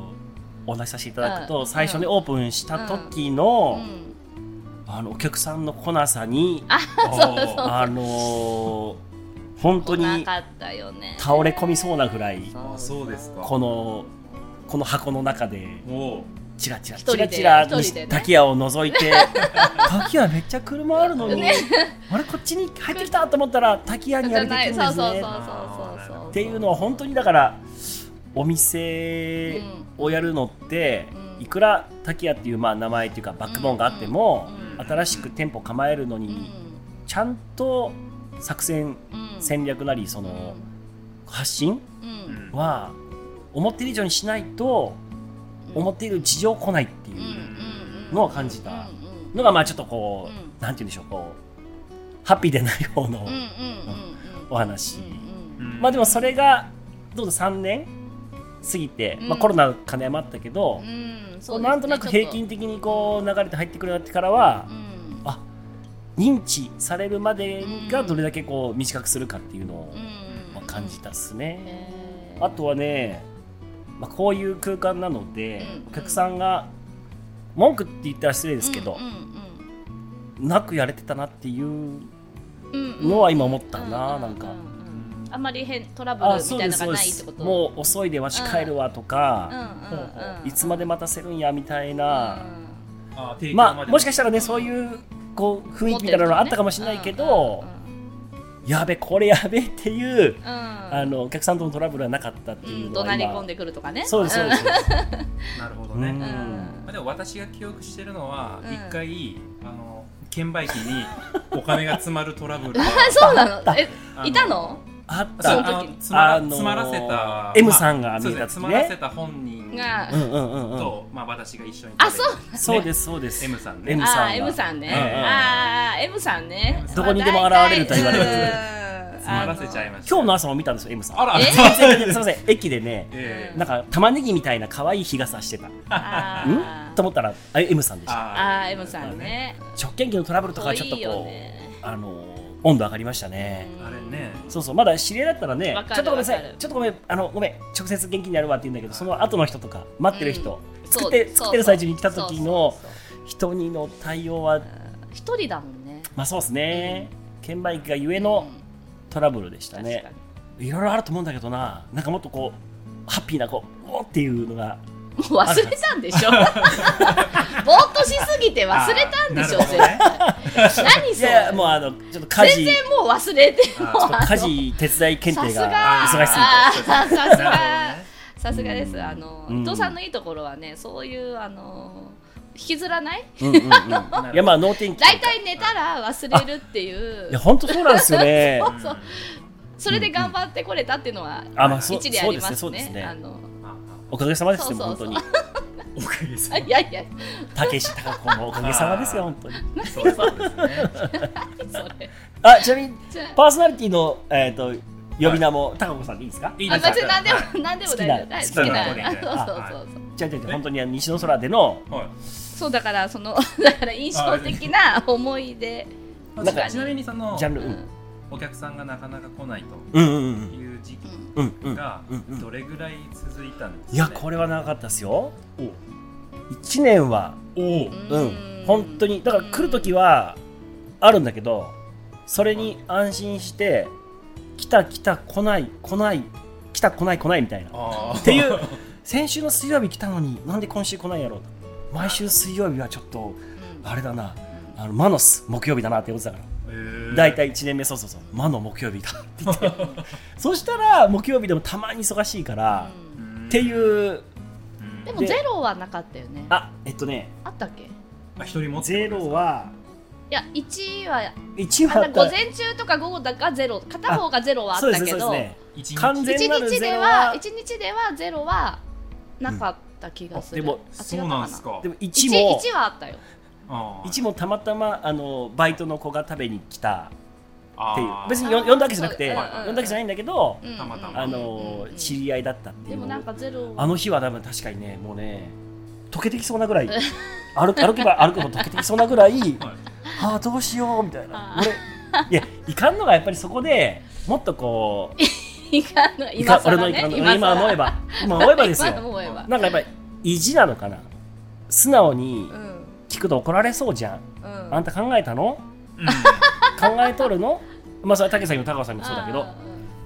[SPEAKER 3] お話しさせていただくと、
[SPEAKER 1] うん
[SPEAKER 3] 最初にオープンした時
[SPEAKER 1] う
[SPEAKER 3] の、
[SPEAKER 1] ん、
[SPEAKER 3] あのお客さんの来なさに
[SPEAKER 2] そうそう
[SPEAKER 3] あのー本当
[SPEAKER 1] 来な
[SPEAKER 3] に
[SPEAKER 1] かったよね
[SPEAKER 3] 倒れ込みそうなぐらい
[SPEAKER 2] あそうですか
[SPEAKER 3] このこの箱の中で
[SPEAKER 2] おう
[SPEAKER 3] チラチラ
[SPEAKER 1] 一人
[SPEAKER 3] チ
[SPEAKER 1] で
[SPEAKER 3] ラチラ
[SPEAKER 1] 一人でね
[SPEAKER 3] 滝屋を覗いて 滝屋めっちゃ車あるのに、
[SPEAKER 1] ね
[SPEAKER 3] あれこっちに入ってきたと思ったら滝屋に
[SPEAKER 1] じゃ
[SPEAKER 3] 歩いて
[SPEAKER 1] な
[SPEAKER 3] き
[SPEAKER 1] い
[SPEAKER 3] るん
[SPEAKER 1] そう
[SPEAKER 3] で
[SPEAKER 1] そうそ
[SPEAKER 3] す
[SPEAKER 1] うそう
[SPEAKER 3] ね
[SPEAKER 1] そうそう
[SPEAKER 3] っていうのは本当にだからお店をやるのって、
[SPEAKER 1] うん
[SPEAKER 3] いくら滝屋っていうまあ名前っていうかバックボーンがあっても、
[SPEAKER 1] うんうん
[SPEAKER 3] 新しく店舗構えるのに、ちゃんと作戦
[SPEAKER 1] うん
[SPEAKER 3] 戦略なりそ
[SPEAKER 1] うん
[SPEAKER 3] の発信
[SPEAKER 1] うんうん
[SPEAKER 2] うん
[SPEAKER 3] は思ってる以上にしないと
[SPEAKER 1] うん
[SPEAKER 3] 思っている事情来ないっていううん
[SPEAKER 1] うんうん
[SPEAKER 3] のを感じた
[SPEAKER 1] うんうん
[SPEAKER 3] のがまあちょっとこう、
[SPEAKER 1] う
[SPEAKER 3] なんて言うんでしょうこうハッピーでない方の
[SPEAKER 1] うんうんうんうん
[SPEAKER 3] お話、
[SPEAKER 1] うん
[SPEAKER 2] うん
[SPEAKER 3] まあでもそれがどうぞ3年過ぎて、
[SPEAKER 1] うん
[SPEAKER 3] まあ、コロナの兼ね合いもあったけど、
[SPEAKER 1] うんうんそ
[SPEAKER 3] こ
[SPEAKER 1] う
[SPEAKER 3] う
[SPEAKER 1] ですね
[SPEAKER 3] なんとなく平均的にこう流れて入ってくるようになってからは
[SPEAKER 1] う、ん
[SPEAKER 3] あ認知されるまでがどれだけこう短くするかっていうのを
[SPEAKER 1] うんうん
[SPEAKER 3] まあ感じたっすね、
[SPEAKER 1] えー
[SPEAKER 3] あとはね、まあ、こういう空間なので、
[SPEAKER 1] うん
[SPEAKER 3] お客さんが文句って言ったら失礼ですけど、
[SPEAKER 1] うん
[SPEAKER 3] なくやれてたなっていう
[SPEAKER 1] うんうん
[SPEAKER 3] のは今思った
[SPEAKER 1] う
[SPEAKER 3] な、
[SPEAKER 1] う
[SPEAKER 3] なんか
[SPEAKER 1] う。んあんまり変トラブル
[SPEAKER 3] あ
[SPEAKER 1] み
[SPEAKER 3] そ
[SPEAKER 1] た
[SPEAKER 3] う
[SPEAKER 1] いなのが
[SPEAKER 3] ですそうで
[SPEAKER 1] ないって
[SPEAKER 3] す
[SPEAKER 1] こと
[SPEAKER 3] もう遅いでわし帰るわと
[SPEAKER 1] うんうん
[SPEAKER 3] か、
[SPEAKER 1] うんうん
[SPEAKER 3] いつまで待たせるんやみたいな、
[SPEAKER 2] あ提供
[SPEAKER 3] まあもしか
[SPEAKER 2] し
[SPEAKER 3] したらねそういうこう雰囲気みたいなのあったかもしれないけど、やべこれやべっていう、あ
[SPEAKER 1] あ
[SPEAKER 3] のお客さんとのトラブルはなかったっていうの
[SPEAKER 1] 怒
[SPEAKER 3] は
[SPEAKER 1] 鳴り
[SPEAKER 3] 今、
[SPEAKER 1] 込んでくるとかね
[SPEAKER 3] そうですそうです、
[SPEAKER 2] なるほど
[SPEAKER 3] う
[SPEAKER 2] ね
[SPEAKER 3] ん
[SPEAKER 1] うん
[SPEAKER 2] まあ、でも私が記憶してるのは
[SPEAKER 1] うん
[SPEAKER 2] 一回、あの券売機にお金が詰まるトラブル
[SPEAKER 1] あ
[SPEAKER 2] が
[SPEAKER 1] そうなの
[SPEAKER 3] た
[SPEAKER 1] え
[SPEAKER 2] あの
[SPEAKER 1] いたの
[SPEAKER 3] あっ
[SPEAKER 2] そう
[SPEAKER 1] そ
[SPEAKER 3] た
[SPEAKER 1] の時
[SPEAKER 2] あの
[SPEAKER 1] に
[SPEAKER 2] 詰まら
[SPEAKER 3] あのー
[SPEAKER 2] 詰まらせた
[SPEAKER 3] M さんが
[SPEAKER 2] そう
[SPEAKER 3] 見
[SPEAKER 2] で
[SPEAKER 3] え
[SPEAKER 2] すね詰
[SPEAKER 3] た時
[SPEAKER 2] まらせ
[SPEAKER 3] ね。
[SPEAKER 2] た本人
[SPEAKER 1] が
[SPEAKER 3] うんうんうんうん。
[SPEAKER 2] と、まあ、私が一緒に
[SPEAKER 1] あそう
[SPEAKER 3] そうですそうです。
[SPEAKER 2] M さんね
[SPEAKER 3] M さん
[SPEAKER 1] あ
[SPEAKER 3] が
[SPEAKER 1] ー M さんね
[SPEAKER 3] うんうんうん
[SPEAKER 1] あー M さんね
[SPEAKER 3] どこにでも現れると言われます
[SPEAKER 1] ます
[SPEAKER 2] 詰まらせちゃいました
[SPEAKER 3] 今日の朝も見たんですよ M さん。
[SPEAKER 2] あら
[SPEAKER 1] え
[SPEAKER 3] 全然すみません駅でね
[SPEAKER 2] ええ
[SPEAKER 3] なんか玉ねぎみたいな可愛い日傘してた。ん
[SPEAKER 1] あー
[SPEAKER 3] と思ったらあ M さんでした。
[SPEAKER 1] あー M さんね
[SPEAKER 3] 直径機のトラブルとかちょっと
[SPEAKER 1] 遠いよ
[SPEAKER 3] こ
[SPEAKER 1] ね
[SPEAKER 3] うあのー温度上がりましたね。
[SPEAKER 2] あれね
[SPEAKER 3] そうそうまだ知り合いだったらね
[SPEAKER 1] わかる
[SPEAKER 3] ちょっとごめんなさ
[SPEAKER 1] わかる
[SPEAKER 3] いちょっとごめんあのごめん直接元気になるわって言うんだけどその後の人とか待ってる人、
[SPEAKER 1] うん
[SPEAKER 3] 作って
[SPEAKER 1] そう
[SPEAKER 3] 作ってる最中に来た時の
[SPEAKER 1] そうそうそう
[SPEAKER 3] 人にの対応は
[SPEAKER 1] 一人だもんね
[SPEAKER 3] まあそうですね、券売機がゆえのトラブルでし
[SPEAKER 1] う
[SPEAKER 3] た
[SPEAKER 1] ん確
[SPEAKER 3] ね
[SPEAKER 1] かに、
[SPEAKER 3] いろいろあると思うんだけどななんかもっとこうハッピーなこうおーっていうのが
[SPEAKER 1] もう忘れたんでしょぼーっとしすぎて忘れたんでしょ
[SPEAKER 2] あーなるほどね
[SPEAKER 1] 絶対何
[SPEAKER 3] い
[SPEAKER 1] そ
[SPEAKER 3] や
[SPEAKER 1] れ
[SPEAKER 3] もうあのちょっと家事
[SPEAKER 1] 全然もう忘れて
[SPEAKER 2] あー
[SPEAKER 1] もうあの
[SPEAKER 3] 家事手伝い検定
[SPEAKER 1] さ
[SPEAKER 3] が
[SPEAKER 1] すが
[SPEAKER 3] 忙しすぎて
[SPEAKER 1] あーさす
[SPEAKER 2] な
[SPEAKER 1] が
[SPEAKER 2] る
[SPEAKER 1] さすがで
[SPEAKER 3] う
[SPEAKER 1] す
[SPEAKER 3] ん
[SPEAKER 1] あの、
[SPEAKER 3] うん
[SPEAKER 1] 伊藤さんのいいところはねそういうあの引きずらない
[SPEAKER 3] うんうんうんいやまあ脳天気とい
[SPEAKER 1] 大
[SPEAKER 3] うか
[SPEAKER 1] 体寝たら忘れるっていう
[SPEAKER 3] いや本当そうなんですよね
[SPEAKER 1] そうそうそれで頑張ってこれたっていうのは
[SPEAKER 3] あまあそう
[SPEAKER 1] 一理あ
[SPEAKER 3] そう
[SPEAKER 1] り
[SPEAKER 3] です
[SPEAKER 1] ま
[SPEAKER 3] ね
[SPEAKER 1] す
[SPEAKER 3] そうです
[SPEAKER 1] ね。あ
[SPEAKER 3] ね
[SPEAKER 1] の
[SPEAKER 3] おかげさまです
[SPEAKER 1] そ
[SPEAKER 3] よ
[SPEAKER 1] うそう
[SPEAKER 3] 本
[SPEAKER 1] そ
[SPEAKER 3] 当
[SPEAKER 1] う
[SPEAKER 3] に
[SPEAKER 2] おかげさ
[SPEAKER 1] あいやいや
[SPEAKER 3] たけし高子もおかげさまですよ、本当に。
[SPEAKER 2] ま そうですね
[SPEAKER 1] それ
[SPEAKER 3] あ、ちなみに、
[SPEAKER 1] じゃあ
[SPEAKER 3] パーソナリティの、えっ、と、呼び名も、高子さんでいいですか。
[SPEAKER 2] いい
[SPEAKER 1] あ
[SPEAKER 2] です
[SPEAKER 1] 別に何でも何でも大丈夫大好
[SPEAKER 3] 好きな
[SPEAKER 2] 好
[SPEAKER 1] き
[SPEAKER 2] きな
[SPEAKER 1] なあ
[SPEAKER 2] 好
[SPEAKER 3] き
[SPEAKER 1] そ
[SPEAKER 3] な
[SPEAKER 1] うそうそうそう
[SPEAKER 3] じゃあ、じゃあじゃあ、本当に、あの西の空での、
[SPEAKER 2] はい
[SPEAKER 1] そうだからその だから印象的な思い出
[SPEAKER 3] なんか
[SPEAKER 2] ちちなみにその
[SPEAKER 3] ジャン
[SPEAKER 1] う
[SPEAKER 3] ル。うんん、
[SPEAKER 2] お客さんがなかなか来ないと
[SPEAKER 3] うん、うん、
[SPEAKER 2] いう時期
[SPEAKER 3] うん、うん、
[SPEAKER 2] が
[SPEAKER 3] うん、うん。
[SPEAKER 2] どれぐらい続いたんですか、ね、
[SPEAKER 3] いや、これは長かったですよ。
[SPEAKER 2] お
[SPEAKER 3] 一年は、
[SPEAKER 2] お
[SPEAKER 3] うん、本当に、だから、来る時は、あるんだけど。それに安心して、来た、来た、来ない、来ない、来た、来ない、来ないみたいな。
[SPEAKER 2] あー
[SPEAKER 3] って いう先週の水曜日来たのになんで今週来ないんやろうと毎週水曜日はちょっと
[SPEAKER 1] うん
[SPEAKER 3] あれだなあの魔のす木曜日だなってことだから
[SPEAKER 2] えー
[SPEAKER 3] 大体1年目そうそうそう魔の木曜日だって言 ってそしたら木曜日でもたまに忙しいから、
[SPEAKER 1] う
[SPEAKER 2] うんん
[SPEAKER 3] っていう
[SPEAKER 2] うん
[SPEAKER 1] でも
[SPEAKER 3] で
[SPEAKER 1] ゼロはなかったよねあ
[SPEAKER 3] あえっとね
[SPEAKER 1] ったっけい
[SPEAKER 2] あ一人も
[SPEAKER 3] ゼロは
[SPEAKER 1] や1は
[SPEAKER 3] 1
[SPEAKER 1] あ
[SPEAKER 3] 話
[SPEAKER 1] んな午前中とか午後だかゼロ片方がゼロはあ
[SPEAKER 3] そう
[SPEAKER 1] っ
[SPEAKER 3] で
[SPEAKER 1] た
[SPEAKER 3] すね
[SPEAKER 1] け
[SPEAKER 3] そ
[SPEAKER 1] ど
[SPEAKER 3] うですね
[SPEAKER 2] 一日
[SPEAKER 3] 完全
[SPEAKER 1] 一
[SPEAKER 3] なる
[SPEAKER 1] 日
[SPEAKER 3] ゼ
[SPEAKER 1] で
[SPEAKER 3] ロ
[SPEAKER 1] は
[SPEAKER 3] は
[SPEAKER 1] 一日ではゼロはなかった気がする。
[SPEAKER 3] うんあでも
[SPEAKER 1] あ
[SPEAKER 2] そうなんです。か
[SPEAKER 3] でも
[SPEAKER 1] 違
[SPEAKER 3] 1
[SPEAKER 1] ったな
[SPEAKER 3] も
[SPEAKER 1] 一一はあったよ。
[SPEAKER 2] あー
[SPEAKER 3] 1もたまたまあのバイトの子が食べに来たっていう
[SPEAKER 2] あー
[SPEAKER 3] 別によ呼んだわけじゃなく
[SPEAKER 1] あ
[SPEAKER 3] て
[SPEAKER 1] ーそ
[SPEAKER 2] うん
[SPEAKER 1] う
[SPEAKER 2] うん
[SPEAKER 3] 呼んだわけじゃないんだけど
[SPEAKER 1] うんうん
[SPEAKER 2] たまたま
[SPEAKER 3] あの
[SPEAKER 1] うん
[SPEAKER 3] 知り合いだったってい
[SPEAKER 1] で
[SPEAKER 3] う
[SPEAKER 1] もなんかゼロ。
[SPEAKER 3] あの日は多分確かにねもうね溶けてきそうなぐ らい歩歩けば歩くほど溶けてきそうなぐらい
[SPEAKER 2] はい
[SPEAKER 3] ああどうしようみたいな
[SPEAKER 1] あ
[SPEAKER 3] 俺いやいかんのがやっぱりそこでもっとこう
[SPEAKER 1] いかんの
[SPEAKER 3] い
[SPEAKER 1] 今
[SPEAKER 3] かん俺
[SPEAKER 1] 更
[SPEAKER 3] のい
[SPEAKER 1] ね
[SPEAKER 3] かんの
[SPEAKER 1] 更
[SPEAKER 3] 今思えば今思えばです よ
[SPEAKER 1] 今思えば。
[SPEAKER 3] なんかやっぱり意地なのかな素直に
[SPEAKER 1] うんうん
[SPEAKER 3] 聞くと怒られそうじゃんあんた考えたの
[SPEAKER 2] うん
[SPEAKER 3] 考えとるの まあそれは武さんにも高尾さんにもそうだけど
[SPEAKER 1] あ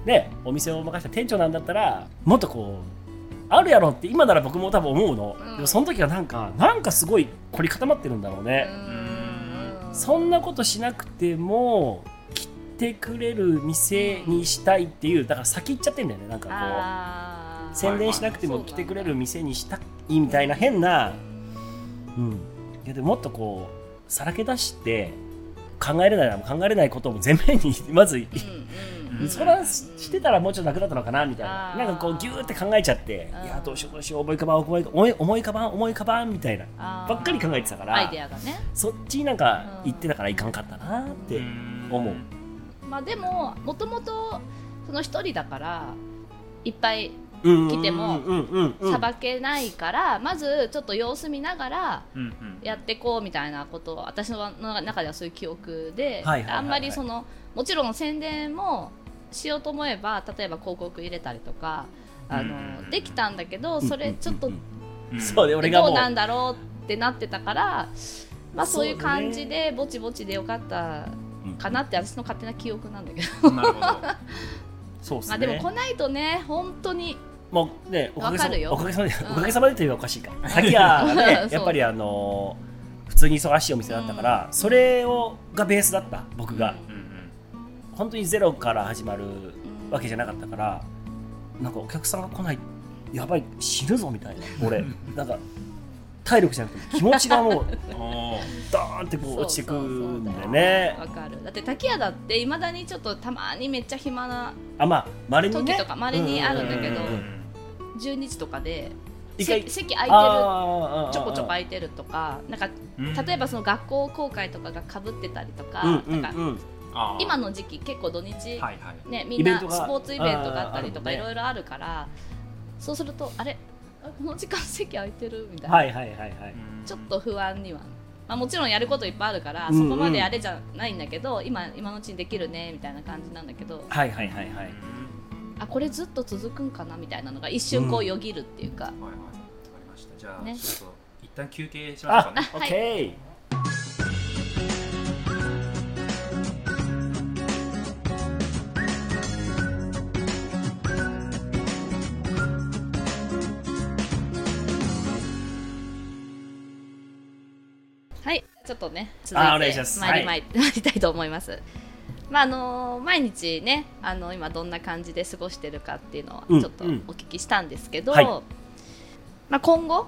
[SPEAKER 3] でお店を任せた店長なんだったらもっとこうあるやろって今なら僕も多分思うの、
[SPEAKER 1] うん
[SPEAKER 3] でもその時はなんかなんかすごい凝り固まってるんだろう
[SPEAKER 1] ー
[SPEAKER 3] ね、
[SPEAKER 1] うん
[SPEAKER 3] そんなことしなくても来てくれる店にしたいっていうだから先行っちゃってんだよねなんか
[SPEAKER 1] あ
[SPEAKER 3] こ
[SPEAKER 1] ー
[SPEAKER 3] う宣伝しなくて
[SPEAKER 1] は
[SPEAKER 3] も
[SPEAKER 1] いはい
[SPEAKER 3] 来てくれる店にしたいみたいな変な、うん、いやでももっとこうさらけ出して考えれないな考えれないことも全面にまず
[SPEAKER 1] うんうん
[SPEAKER 2] うん
[SPEAKER 3] そらしてたらもうちょっと楽だったのかなみたい
[SPEAKER 1] あ
[SPEAKER 3] な
[SPEAKER 1] ー
[SPEAKER 3] なんかこうギューって考えちゃって
[SPEAKER 1] うん
[SPEAKER 3] いやどうしようどうしよう思い浮かばん思い浮かばん思い浮かばん思い浮かばんみたいな
[SPEAKER 1] あー
[SPEAKER 3] ばっかり考えてたか
[SPEAKER 1] アイ
[SPEAKER 3] ら
[SPEAKER 1] デアがね。
[SPEAKER 3] そっちになんか行ってたからいかんかったなーって思う
[SPEAKER 1] まあでももともとその一人だからいっぱい来
[SPEAKER 3] 来
[SPEAKER 1] てもさ
[SPEAKER 3] っ
[SPEAKER 1] ばけないから、まずちょっと様子見ながら
[SPEAKER 2] うんうん
[SPEAKER 1] やってこうみたいなことを私の中ではそういう記憶で、
[SPEAKER 3] はいはいはいはい
[SPEAKER 1] あんまりそのもちろん宣伝もしようと思えば例えば広告入れたりとかあの、
[SPEAKER 2] うん
[SPEAKER 1] できたんだけどそれちょっと
[SPEAKER 2] うん
[SPEAKER 3] そうで俺が
[SPEAKER 1] どう
[SPEAKER 3] もう
[SPEAKER 1] なんだろうってなってたから、まあ、
[SPEAKER 3] そ
[SPEAKER 1] そうう
[SPEAKER 3] ね
[SPEAKER 1] いう感じでぼちぼちでよかったかなって私の勝手な記憶なんだけど、
[SPEAKER 2] なるほど
[SPEAKER 3] そうです
[SPEAKER 1] まあでも
[SPEAKER 3] ね
[SPEAKER 1] 来ないとね本当に
[SPEAKER 3] もうねおかげさ
[SPEAKER 1] わかるよ
[SPEAKER 3] まおかげさまで
[SPEAKER 1] うん
[SPEAKER 3] おかげさまでというのはおかしいか先はね
[SPEAKER 1] そう
[SPEAKER 3] やっぱりあのー普通に忙しいお店だったからそれをがベースだった僕が
[SPEAKER 2] うんうん
[SPEAKER 3] 本当にゼロから始まる
[SPEAKER 1] うん
[SPEAKER 3] わけじゃなかったから なんかお客さんが来ないやばい死ぬぞみたいな俺なんか体力じゃなくて気持ちがもう
[SPEAKER 4] おー
[SPEAKER 3] ドーンってこう落ちてくんでね
[SPEAKER 1] わかるだって滝谷だっていまだにちょっとたまにめっちゃ暇な
[SPEAKER 3] あまあまれにね
[SPEAKER 1] 時とかまれにあるんだけど
[SPEAKER 3] ううう
[SPEAKER 4] うん
[SPEAKER 1] 10日とかで
[SPEAKER 3] 一
[SPEAKER 1] せ
[SPEAKER 3] 回
[SPEAKER 1] 席空いてる
[SPEAKER 3] あーあーあーあー
[SPEAKER 1] ちょこちょこ空いてるとかなんか
[SPEAKER 4] うん
[SPEAKER 1] 例えばその学校公開とかがかぶってたりとか,、
[SPEAKER 3] うんうん
[SPEAKER 1] なんか
[SPEAKER 3] うん
[SPEAKER 4] あー
[SPEAKER 1] 今の時期結構土日、
[SPEAKER 4] はいはい
[SPEAKER 1] ね、み
[SPEAKER 3] イ
[SPEAKER 1] ん
[SPEAKER 3] ベ
[SPEAKER 1] な
[SPEAKER 3] ン
[SPEAKER 1] ス
[SPEAKER 3] ト
[SPEAKER 1] ポ
[SPEAKER 3] が
[SPEAKER 1] ーツイベントがあったりとか
[SPEAKER 3] あーあるね
[SPEAKER 1] いろいろあるからそうするとあれあこの時間席空いてるみたいな、
[SPEAKER 3] はいはいはいはい
[SPEAKER 1] ちょっと不安には、まあ、もちろんやることいっぱいあるから
[SPEAKER 3] う
[SPEAKER 1] そ
[SPEAKER 3] んう
[SPEAKER 1] こ
[SPEAKER 3] ん
[SPEAKER 1] まであれじゃないんだけど、今今のうちにできるねみたいな感じなんだけど
[SPEAKER 3] はいはいはいはい
[SPEAKER 1] あこれずっと続くんかなみたいなのが一瞬こ
[SPEAKER 3] う
[SPEAKER 1] うんよぎるっていうか、
[SPEAKER 4] はいはいわかりましたじゃあ
[SPEAKER 1] ね
[SPEAKER 4] ちょっと一旦休憩しましょうかね
[SPEAKER 3] オッケ
[SPEAKER 1] はいちょっとね続
[SPEAKER 3] あーお
[SPEAKER 1] い
[SPEAKER 3] 願いしてます
[SPEAKER 1] 参りまい参りたいと思います、まああのー毎日ねあの今どんな感じで過ごしてるかっていうのはち
[SPEAKER 3] うん
[SPEAKER 1] ょっとお聞きしたんですけど、
[SPEAKER 3] はい
[SPEAKER 1] まあ、今後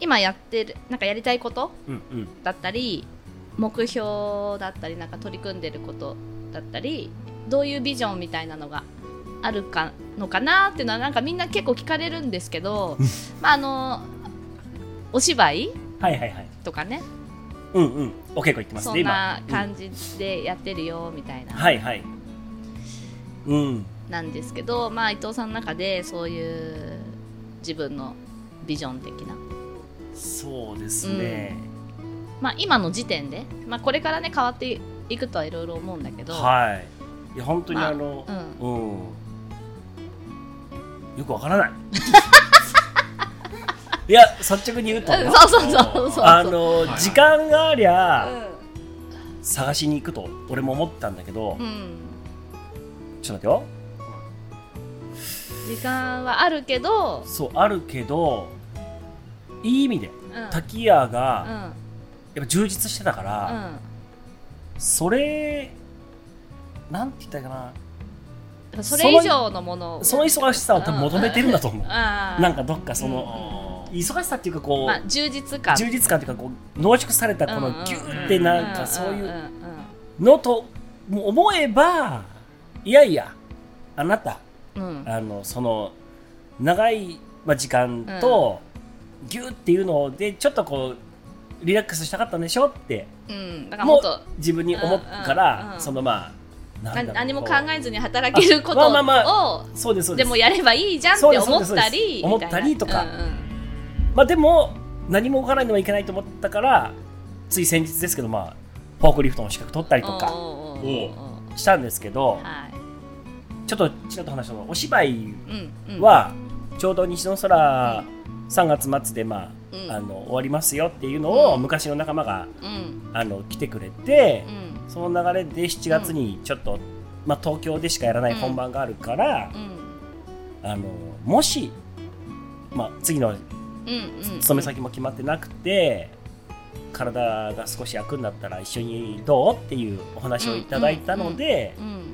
[SPEAKER 1] 今やってるなんかやりたいこと
[SPEAKER 3] ーうんうん
[SPEAKER 1] だったり目標だったりなんか取り組んでることだったりどういうビジョンみたいなのがあるかのかなっていうのはなんかみんな結構聞かれるんですけどまああのお芝居
[SPEAKER 3] はいはいはい
[SPEAKER 1] とかね
[SPEAKER 3] うんうんお稽古行ってます
[SPEAKER 1] そ
[SPEAKER 3] ね
[SPEAKER 1] ん
[SPEAKER 3] 今
[SPEAKER 1] な感じでやってるよみたいな、
[SPEAKER 3] はいはいうん
[SPEAKER 1] なんですけど、まあ、伊藤さんの中でそういう自分のビジョン的な、
[SPEAKER 3] そうですね
[SPEAKER 1] まあ、今の時点で、まあ、これからね変わっていくとはいろいろ思うんだけど、
[SPEAKER 3] はいいや本当に
[SPEAKER 1] まあ
[SPEAKER 3] あの
[SPEAKER 1] うん、
[SPEAKER 3] うんよくわからない いや率直に言うとね
[SPEAKER 1] うんそうそうそうそうそう
[SPEAKER 3] あの
[SPEAKER 4] はい
[SPEAKER 3] 時間がありゃ
[SPEAKER 1] う
[SPEAKER 3] 探しに行くと俺も思ったんだけど
[SPEAKER 1] ん、うん、
[SPEAKER 3] ちょっと待っ
[SPEAKER 1] 時間はあるけど
[SPEAKER 3] てよ、そうあるけどいい意味で
[SPEAKER 1] うん、うん
[SPEAKER 3] 滝谷がやっぱ充実してたからそれなんて言ったらいいか
[SPEAKER 1] うん、それ以上のものを
[SPEAKER 3] なその忙しさを多分求めてるんだと思う
[SPEAKER 1] あー
[SPEAKER 3] なんかどっかその
[SPEAKER 4] あー
[SPEAKER 3] 忙しさっていうかこう、
[SPEAKER 1] まあ、充実感
[SPEAKER 3] 充実感というかこう濃縮されたこ
[SPEAKER 1] うんうんう
[SPEAKER 3] の
[SPEAKER 1] ん
[SPEAKER 3] ギューってなんかそうい
[SPEAKER 1] ん
[SPEAKER 3] うん
[SPEAKER 1] んん
[SPEAKER 3] のと思えばいやいやあなた
[SPEAKER 1] うん
[SPEAKER 3] あのその長いまあ時間とギューっていうのでちょっとこうリラックスしたかったんでしょって
[SPEAKER 1] うん、だからもっと
[SPEAKER 3] 自分に思うか
[SPEAKER 1] うんうん
[SPEAKER 3] ら
[SPEAKER 1] うん
[SPEAKER 3] そのまあなん
[SPEAKER 1] な
[SPEAKER 3] だろう
[SPEAKER 1] 何も考
[SPEAKER 3] こう
[SPEAKER 1] えずに働けること
[SPEAKER 3] あまあまあま
[SPEAKER 1] を
[SPEAKER 3] そうですそうで
[SPEAKER 1] ですもやればいいじゃんって
[SPEAKER 3] そうです
[SPEAKER 1] 思ったり
[SPEAKER 3] そうですそうです思ったりとか
[SPEAKER 1] みいなうん
[SPEAKER 3] まあでも何も動かないのはいけないと思ったからつい先日ですけどまあフォークリフトの資格取った
[SPEAKER 1] うん
[SPEAKER 3] りとか
[SPEAKER 1] おうおうおうおう
[SPEAKER 3] したんですけど
[SPEAKER 1] はい
[SPEAKER 3] ちょっとちらっと話したのがお芝居
[SPEAKER 1] うんうん
[SPEAKER 3] はちょうど西の空3月末でまあ
[SPEAKER 1] うん
[SPEAKER 3] あの終わりますよっていうのを
[SPEAKER 1] うん
[SPEAKER 3] 昔の仲間が
[SPEAKER 1] うん
[SPEAKER 3] あの来てくれて
[SPEAKER 1] うん
[SPEAKER 3] その流れで7月にちょっと、まあ、東京でしかやらない
[SPEAKER 1] うん
[SPEAKER 3] 本番があるから
[SPEAKER 1] う、ん
[SPEAKER 3] あのもし、まあ、次の
[SPEAKER 1] うんうん
[SPEAKER 3] 勤め先も決まってなくて、体が少し空くんだったら一緒にどうっていうお話をいただいたので、
[SPEAKER 1] うん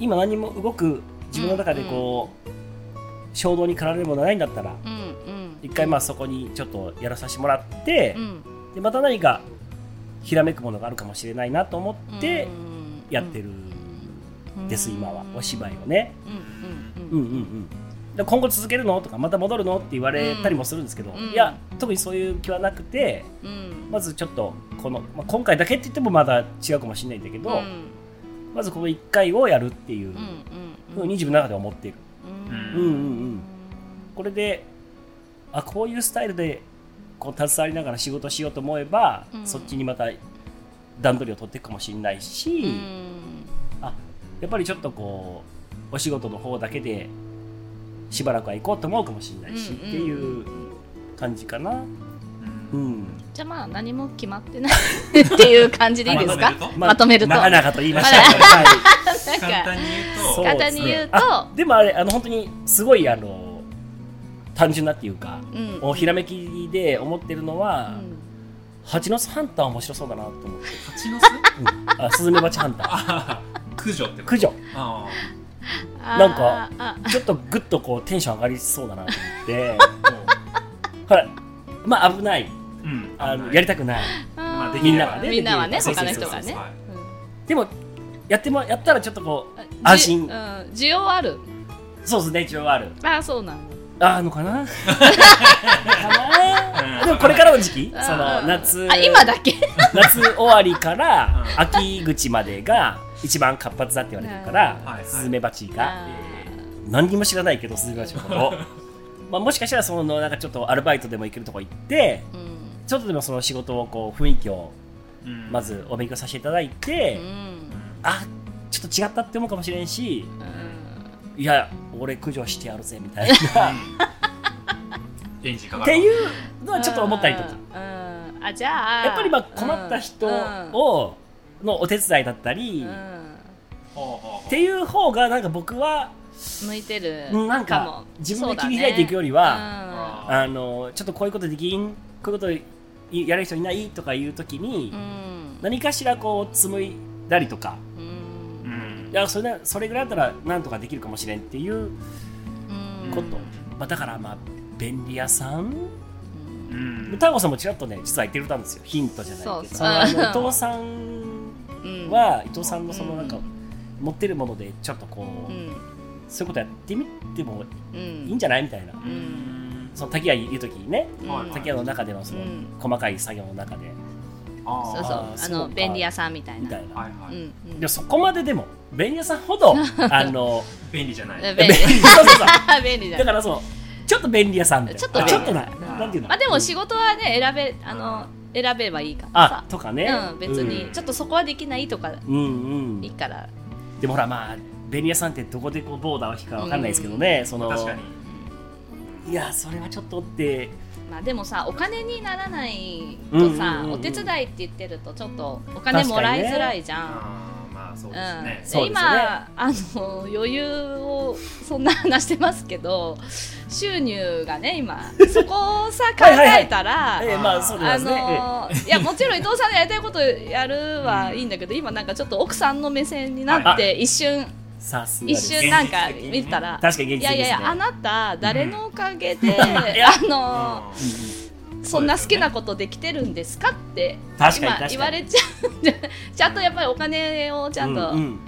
[SPEAKER 3] 今何も動く自分の中でこう、衝動に駆られるものがないんだったら
[SPEAKER 1] うんうん
[SPEAKER 3] 一回まあそこにちょっとやらさせてもらって。
[SPEAKER 1] うん
[SPEAKER 3] でまた何かひらめくものがあるかもしれないなと思っ
[SPEAKER 1] うん
[SPEAKER 3] てやってるんです、今はお芝居をね、
[SPEAKER 1] うんうんう
[SPEAKER 3] うんうんんうん、で今後続けるのとかまた戻るのって言われたりもするんですけど、
[SPEAKER 1] うん
[SPEAKER 3] いや特にそういう気はなくて
[SPEAKER 1] うん
[SPEAKER 3] まずちょっとこの、まあ、今回だけって言ってもまだ違うかもしれないんだけど、
[SPEAKER 1] うん
[SPEAKER 3] まずこの1回をやるっていう
[SPEAKER 1] うん
[SPEAKER 3] ふうに自分の中で思っている、
[SPEAKER 1] うん
[SPEAKER 3] うんうんうん、これであこういうスタイルでこう携わりながら仕事しようと思えば、
[SPEAKER 1] うん
[SPEAKER 3] そっちにまた段取りを取っていくかもしれないし、
[SPEAKER 1] うん
[SPEAKER 3] やっぱりちょっとこうお仕事の方だけでしばらくは行こうと思うかもしれないし、
[SPEAKER 1] うんうん
[SPEAKER 3] っていう感じかな、うん、
[SPEAKER 1] じゃあまあ何も決まってないっていう感じでいいですか
[SPEAKER 3] ま
[SPEAKER 1] まとめると
[SPEAKER 3] なかなかと言いましたけど、はい
[SPEAKER 1] なん
[SPEAKER 4] 簡
[SPEAKER 1] か
[SPEAKER 4] 単に言うと
[SPEAKER 3] そう
[SPEAKER 1] 簡単に言うと
[SPEAKER 3] あでもあれあの本当にすごいあの単純なっていうか、
[SPEAKER 1] うん
[SPEAKER 3] おひらめきで思ってるの
[SPEAKER 1] う
[SPEAKER 3] は、
[SPEAKER 1] ん
[SPEAKER 3] 蜂の巣ハンター面白そうだなと思って。
[SPEAKER 4] 蜂の
[SPEAKER 3] うんあスズメバチハンター
[SPEAKER 4] 巣駆除ってこと
[SPEAKER 3] 駆除
[SPEAKER 4] あ
[SPEAKER 3] なんか
[SPEAKER 1] あーあ
[SPEAKER 3] ちょっとグッとこうテンション上がりそうだなと思って
[SPEAKER 4] ーもう
[SPEAKER 3] ほらまあ危ない
[SPEAKER 4] うん
[SPEAKER 3] あのやりたくない
[SPEAKER 4] まあで
[SPEAKER 1] うん
[SPEAKER 4] き
[SPEAKER 1] みん
[SPEAKER 4] れ
[SPEAKER 1] な
[SPEAKER 4] ば
[SPEAKER 1] は
[SPEAKER 4] ね
[SPEAKER 1] ねみんなはね
[SPEAKER 3] でき
[SPEAKER 1] 他
[SPEAKER 3] れば
[SPEAKER 1] の人がね
[SPEAKER 4] はい
[SPEAKER 3] でもやってもやったらちょっとこう
[SPEAKER 1] うん
[SPEAKER 3] 安心
[SPEAKER 1] じゅうん需要ある
[SPEAKER 3] そうですね一応ある
[SPEAKER 1] あそうなんだ
[SPEAKER 3] あーのかな
[SPEAKER 4] う
[SPEAKER 3] かなんでもこれからの時期
[SPEAKER 1] うん
[SPEAKER 3] その夏
[SPEAKER 1] あ今だけ
[SPEAKER 3] 夏終わりか
[SPEAKER 4] う
[SPEAKER 3] ら
[SPEAKER 4] ん
[SPEAKER 3] 秋口までが一番活発だって言われてるから、
[SPEAKER 4] はいはい
[SPEAKER 3] スズメバチが、
[SPEAKER 1] あ
[SPEAKER 3] 何にも知らないけどスズメバチのことを まあもしかしたらそのなんかちょっとアルバイトでも行けるとこ行って
[SPEAKER 1] ーうん
[SPEAKER 3] ちょっとでもその仕事をこう雰囲気を
[SPEAKER 4] うん
[SPEAKER 3] まずお勉強させていただいて、
[SPEAKER 1] うん
[SPEAKER 3] あちょっと違ったって思うかもしれんし
[SPEAKER 1] うん
[SPEAKER 3] いや俺駆除してやるぜみたいなっ
[SPEAKER 4] エンジンかかる
[SPEAKER 3] ていうのはちょっと思ったりとか
[SPEAKER 1] うんうんあじゃあ
[SPEAKER 3] やっぱりまあ困った人をのお手伝いだった
[SPEAKER 1] う
[SPEAKER 3] り
[SPEAKER 1] んうん
[SPEAKER 4] ほうほうほ
[SPEAKER 3] っ
[SPEAKER 4] う
[SPEAKER 3] ていう方がなんか僕は
[SPEAKER 1] 向いてる
[SPEAKER 3] うんなんか
[SPEAKER 1] も
[SPEAKER 3] 自分で切り開いていくより
[SPEAKER 1] は
[SPEAKER 4] は
[SPEAKER 3] あのちょっとこういうことできんこういうことやる人いないとかいう時に
[SPEAKER 1] うんうん
[SPEAKER 3] 何かしらこう紡いだりとか
[SPEAKER 1] う
[SPEAKER 4] うんん
[SPEAKER 3] いやそれなそれぐらいだったらなんとかできるかもしれんっていう
[SPEAKER 1] うん
[SPEAKER 3] こと、まあ、だからまあ便利屋さん
[SPEAKER 4] う
[SPEAKER 3] で
[SPEAKER 4] ん
[SPEAKER 3] ターゴさんもちらっとね実は言ってくれたんですよヒントじゃないけど
[SPEAKER 1] そうそう
[SPEAKER 3] のあの伊藤さん
[SPEAKER 1] うん
[SPEAKER 3] は伊藤さんのそのなんか
[SPEAKER 1] うん
[SPEAKER 3] 持ってるものでちょっとこう、
[SPEAKER 1] うん
[SPEAKER 3] そういうことやってみても
[SPEAKER 1] う
[SPEAKER 3] いいん
[SPEAKER 1] ん
[SPEAKER 3] じゃないみたいな
[SPEAKER 4] うん
[SPEAKER 3] その滝谷言う時にね
[SPEAKER 1] うん
[SPEAKER 3] 滝谷の中ではその
[SPEAKER 1] うん
[SPEAKER 3] 細かい作業の中で
[SPEAKER 4] あー
[SPEAKER 1] そうそう
[SPEAKER 3] あー
[SPEAKER 1] あ
[SPEAKER 3] そう
[SPEAKER 1] の
[SPEAKER 3] か
[SPEAKER 1] 便利屋さんみたい
[SPEAKER 3] み
[SPEAKER 1] な
[SPEAKER 3] たいな、
[SPEAKER 4] はいは
[SPEAKER 1] う
[SPEAKER 4] い
[SPEAKER 1] んうん
[SPEAKER 3] でもそこまででも便利屋さん ほどあの
[SPEAKER 4] 便利じゃない
[SPEAKER 1] 便利
[SPEAKER 3] 便利 そうそうそう
[SPEAKER 1] 便利だ
[SPEAKER 3] だからそうちょっと便利屋さんみたいな
[SPEAKER 1] ちょっと便
[SPEAKER 3] あ
[SPEAKER 1] 利
[SPEAKER 3] ちょっとないなんていうの
[SPEAKER 1] まあでも仕事はね選べあの選べばいいから
[SPEAKER 3] あ
[SPEAKER 1] さ
[SPEAKER 3] とかね、
[SPEAKER 1] うん別にちょっとそこはできないとか
[SPEAKER 3] うんうん
[SPEAKER 1] いいから
[SPEAKER 3] でもほらまあ便利屋さんってどこでこうボーダーを引くかわかんないですけどね、その
[SPEAKER 4] 確かに
[SPEAKER 3] いやそれはちょっとって
[SPEAKER 1] まあでもさお金にならないと
[SPEAKER 3] うんうん
[SPEAKER 1] さ
[SPEAKER 3] うんうん
[SPEAKER 1] お手伝いって言ってるとちょっとお金もらいづらいじゃん
[SPEAKER 4] あーまあそう
[SPEAKER 1] うん
[SPEAKER 4] ですね
[SPEAKER 3] そうですね
[SPEAKER 1] 今あの余裕をそんな話してますけど収入がね今そこをさ考
[SPEAKER 3] はいはいはい
[SPEAKER 1] えたら
[SPEAKER 3] ええまあそうで
[SPEAKER 1] あ
[SPEAKER 3] すね、
[SPEAKER 1] のーいやもちろん伊藤さんがやりたいことやるはいいんだ けど今なんかちょっと奥さんの目線になっ
[SPEAKER 4] は
[SPEAKER 1] て一瞬
[SPEAKER 3] ええさすがで
[SPEAKER 1] 一
[SPEAKER 3] す
[SPEAKER 1] 瞬なんか見たら
[SPEAKER 3] 確かに現実的です
[SPEAKER 1] いや
[SPEAKER 3] ね
[SPEAKER 1] いやいやあなた誰のおかげ で
[SPEAKER 3] や
[SPEAKER 1] あの
[SPEAKER 4] うん
[SPEAKER 1] ーそんな好きなことできてるんですかって
[SPEAKER 3] 確かに確
[SPEAKER 1] 今
[SPEAKER 3] かに
[SPEAKER 1] 言われちゃうんでちゃんとやっぱりお金をちゃんと
[SPEAKER 3] うんうん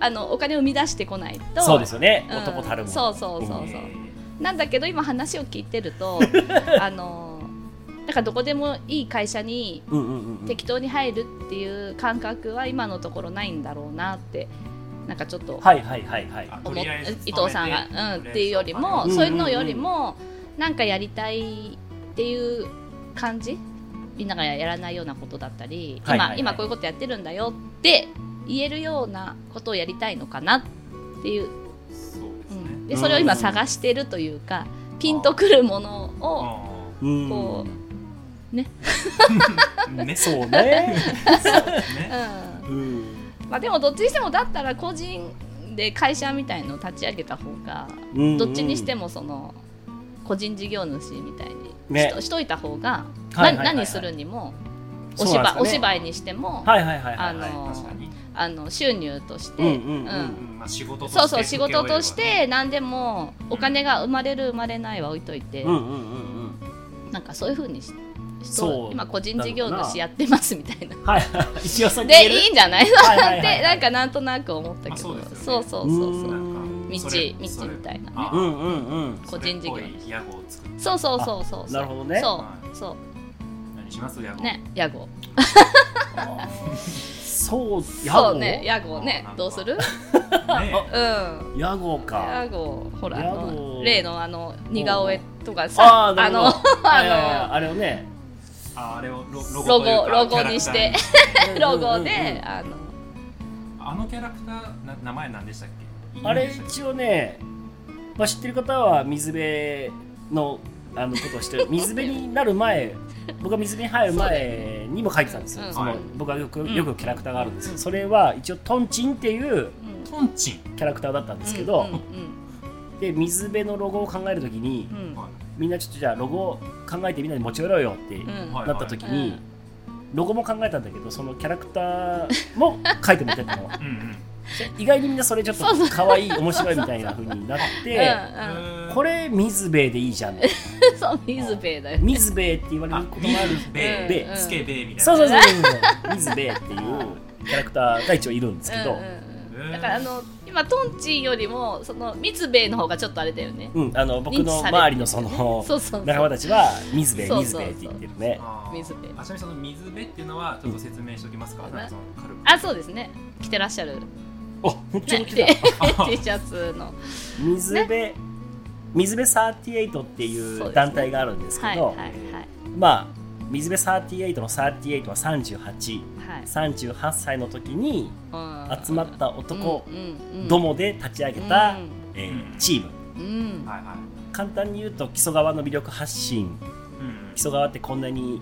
[SPEAKER 1] あのお金を生み出してこないと
[SPEAKER 3] そうですよね、
[SPEAKER 1] うん
[SPEAKER 3] 男たるもの
[SPEAKER 1] そうそうそう
[SPEAKER 3] うん
[SPEAKER 1] そう
[SPEAKER 4] えー
[SPEAKER 1] なんだけど今話を聞いてる とあのだからどこでもいい会社に
[SPEAKER 3] うんうんうんうん
[SPEAKER 1] 適当に入るっていう感覚は今のところないんだろうなってなんかちょっと
[SPEAKER 3] はいはいはいはい
[SPEAKER 4] あと
[SPEAKER 1] 思っ
[SPEAKER 4] りあえず
[SPEAKER 1] 伊藤さんが、うん、っていうよりも、
[SPEAKER 3] うん
[SPEAKER 1] そういうのよりもなんかやりたいっていう感じみんながやらないようなことだったり、
[SPEAKER 3] はいはいはい
[SPEAKER 1] 今今こういうことやってるんだよって言えるようなことをやりたいのかなっていう、
[SPEAKER 4] そうで
[SPEAKER 1] う
[SPEAKER 4] すね
[SPEAKER 1] ん、でそれを今探してるというか、ピンとくるものを、
[SPEAKER 4] あ
[SPEAKER 3] うん
[SPEAKER 1] こ
[SPEAKER 4] ーね
[SPEAKER 3] そ うね、
[SPEAKER 4] ね
[SPEAKER 1] う
[SPEAKER 3] うん
[SPEAKER 1] んまあ、でもどっちにしてもだったら個人で会社みたいのを立ち上げた方が
[SPEAKER 3] うん
[SPEAKER 1] どっちにしてもその個人事業主みたいにし,、
[SPEAKER 3] ね
[SPEAKER 1] しといた方が、
[SPEAKER 3] はいはいはいは
[SPEAKER 1] ない何するにもお
[SPEAKER 3] そ
[SPEAKER 1] 芝,、
[SPEAKER 3] うなんですかね
[SPEAKER 1] お芝居にしても、
[SPEAKER 3] はいはいはい は
[SPEAKER 1] あ
[SPEAKER 3] い
[SPEAKER 1] の
[SPEAKER 3] はい
[SPEAKER 4] 確かに
[SPEAKER 1] あの収入として、
[SPEAKER 3] うんうんうん
[SPEAKER 4] うんまあ仕事として
[SPEAKER 1] そうそう仕事として何でもお金が生まれる生まれないは置いといて、
[SPEAKER 3] うんうんうんうん
[SPEAKER 1] なんかそういうふうにし
[SPEAKER 3] そう
[SPEAKER 1] 今個人事業
[SPEAKER 3] なのかな
[SPEAKER 1] 主やってますみたいな。
[SPEAKER 3] はい はい一応それ言える
[SPEAKER 1] でいいんじゃないで
[SPEAKER 3] はいはいはいはい
[SPEAKER 1] なんかなんとなく思った
[SPEAKER 4] まあ
[SPEAKER 1] けど、
[SPEAKER 4] そうですよね
[SPEAKER 1] そうそうそうそう
[SPEAKER 3] う
[SPEAKER 1] 道
[SPEAKER 3] ん
[SPEAKER 4] なんか
[SPEAKER 1] 道
[SPEAKER 4] それそれ
[SPEAKER 1] みたいなね
[SPEAKER 4] あー
[SPEAKER 3] うんうんうん
[SPEAKER 1] 個人事業
[SPEAKER 4] それっぽい屋号を作って
[SPEAKER 1] そうそうそうそうそう
[SPEAKER 3] なるほどね
[SPEAKER 1] そうそ
[SPEAKER 4] 何します屋号
[SPEAKER 1] う ね屋号
[SPEAKER 3] そう屋号
[SPEAKER 1] そうね、屋号ね
[SPEAKER 4] なん、か
[SPEAKER 1] どうする？
[SPEAKER 4] ね
[SPEAKER 1] うん。
[SPEAKER 3] 屋号か
[SPEAKER 1] 屋号、ほら、あ
[SPEAKER 3] 屋号
[SPEAKER 1] の例のあの似顔絵とか
[SPEAKER 3] あ
[SPEAKER 1] さ
[SPEAKER 3] あ、な
[SPEAKER 1] あ
[SPEAKER 3] るほ
[SPEAKER 1] の
[SPEAKER 3] どはいはいはい
[SPEAKER 1] あ
[SPEAKER 3] あれをね
[SPEAKER 4] ああれをロ
[SPEAKER 1] ロゴ
[SPEAKER 4] ロゴというか
[SPEAKER 1] ロゴにして
[SPEAKER 4] キャラクターにして
[SPEAKER 1] の ロゴ
[SPEAKER 3] うんうん
[SPEAKER 1] で
[SPEAKER 3] う、ん
[SPEAKER 1] あの
[SPEAKER 4] あのキャラクターな名前何でしたっけ
[SPEAKER 3] あれ一応ね、まあ、知ってる方は水辺のあのこと を知ってる水辺になる前僕が水辺に入る前にも書いてたんですよ、
[SPEAKER 1] うん
[SPEAKER 3] その
[SPEAKER 4] はい
[SPEAKER 3] 僕はよく
[SPEAKER 1] ん
[SPEAKER 3] よくキャラクターがあるんですよ、
[SPEAKER 1] うん
[SPEAKER 3] それは一応トンチンっていう
[SPEAKER 1] うん
[SPEAKER 4] トンチン
[SPEAKER 3] キャラクターだったんですけど、
[SPEAKER 1] うんうん
[SPEAKER 3] で水辺のロゴを考えるときに、
[SPEAKER 1] うん
[SPEAKER 4] は
[SPEAKER 3] みんなちょっとじゃあロゴを考えてみんなに持ち寄ろうよって
[SPEAKER 1] うんうん
[SPEAKER 4] はい
[SPEAKER 3] なったとき
[SPEAKER 1] はいはい
[SPEAKER 3] に、ロゴも考えたんだけどそのキャラクターも書いて持ってったの
[SPEAKER 4] いうんうん
[SPEAKER 3] 意外にみんなそれちょっと
[SPEAKER 1] そうそう
[SPEAKER 3] 可愛い面白いみたいな風になって
[SPEAKER 1] う
[SPEAKER 3] これ水兵衛でいいじゃ ん
[SPEAKER 1] そう水兵だよ
[SPEAKER 3] 水兵衛って言われることもある
[SPEAKER 1] ベ
[SPEAKER 4] ベ
[SPEAKER 1] うん
[SPEAKER 4] イ、スケベイみたいな。
[SPEAKER 3] そうそうそうそうそう水兵衛っていうキャラクターが一応いるんですけ
[SPEAKER 1] う
[SPEAKER 3] ど
[SPEAKER 1] んうんうん
[SPEAKER 4] うん
[SPEAKER 1] だからあの今トンチよりもその水兵衛の方がちょっとあれだよね
[SPEAKER 3] うん、あの僕の周りのその
[SPEAKER 1] そうそうそう
[SPEAKER 3] 仲間たちは水兵衛
[SPEAKER 1] そう
[SPEAKER 3] 水
[SPEAKER 1] そう
[SPEAKER 3] 兵衛
[SPEAKER 1] そう
[SPEAKER 3] って言ってるね
[SPEAKER 4] あー
[SPEAKER 1] 水辺
[SPEAKER 4] あちなみにその水辺っていうのはちょっと説明しておきますか、
[SPEAKER 1] ん
[SPEAKER 4] なんかその軽 く
[SPEAKER 1] あそうですね着てらっしゃる
[SPEAKER 3] あ本当
[SPEAKER 1] ね
[SPEAKER 3] に
[SPEAKER 1] T
[SPEAKER 3] 来た
[SPEAKER 1] シャツの
[SPEAKER 3] 水辺、水辺38
[SPEAKER 1] そ
[SPEAKER 3] って
[SPEAKER 1] うです
[SPEAKER 3] いう
[SPEAKER 1] ね
[SPEAKER 3] 団体があるんです
[SPEAKER 1] は
[SPEAKER 3] け
[SPEAKER 1] い
[SPEAKER 3] ど、
[SPEAKER 1] はいはい
[SPEAKER 3] まあ水辺38の38は3838
[SPEAKER 1] はい
[SPEAKER 3] 歳の時に
[SPEAKER 1] うん
[SPEAKER 3] 集まった男
[SPEAKER 1] うんうんうん
[SPEAKER 3] どもで立ち上げた、
[SPEAKER 1] うん
[SPEAKER 3] えー
[SPEAKER 4] うん
[SPEAKER 3] チーム
[SPEAKER 1] うん
[SPEAKER 4] はいはい
[SPEAKER 3] 簡単に言うと木曽川の魅力発信
[SPEAKER 4] うん
[SPEAKER 3] 木曽川ってこんなに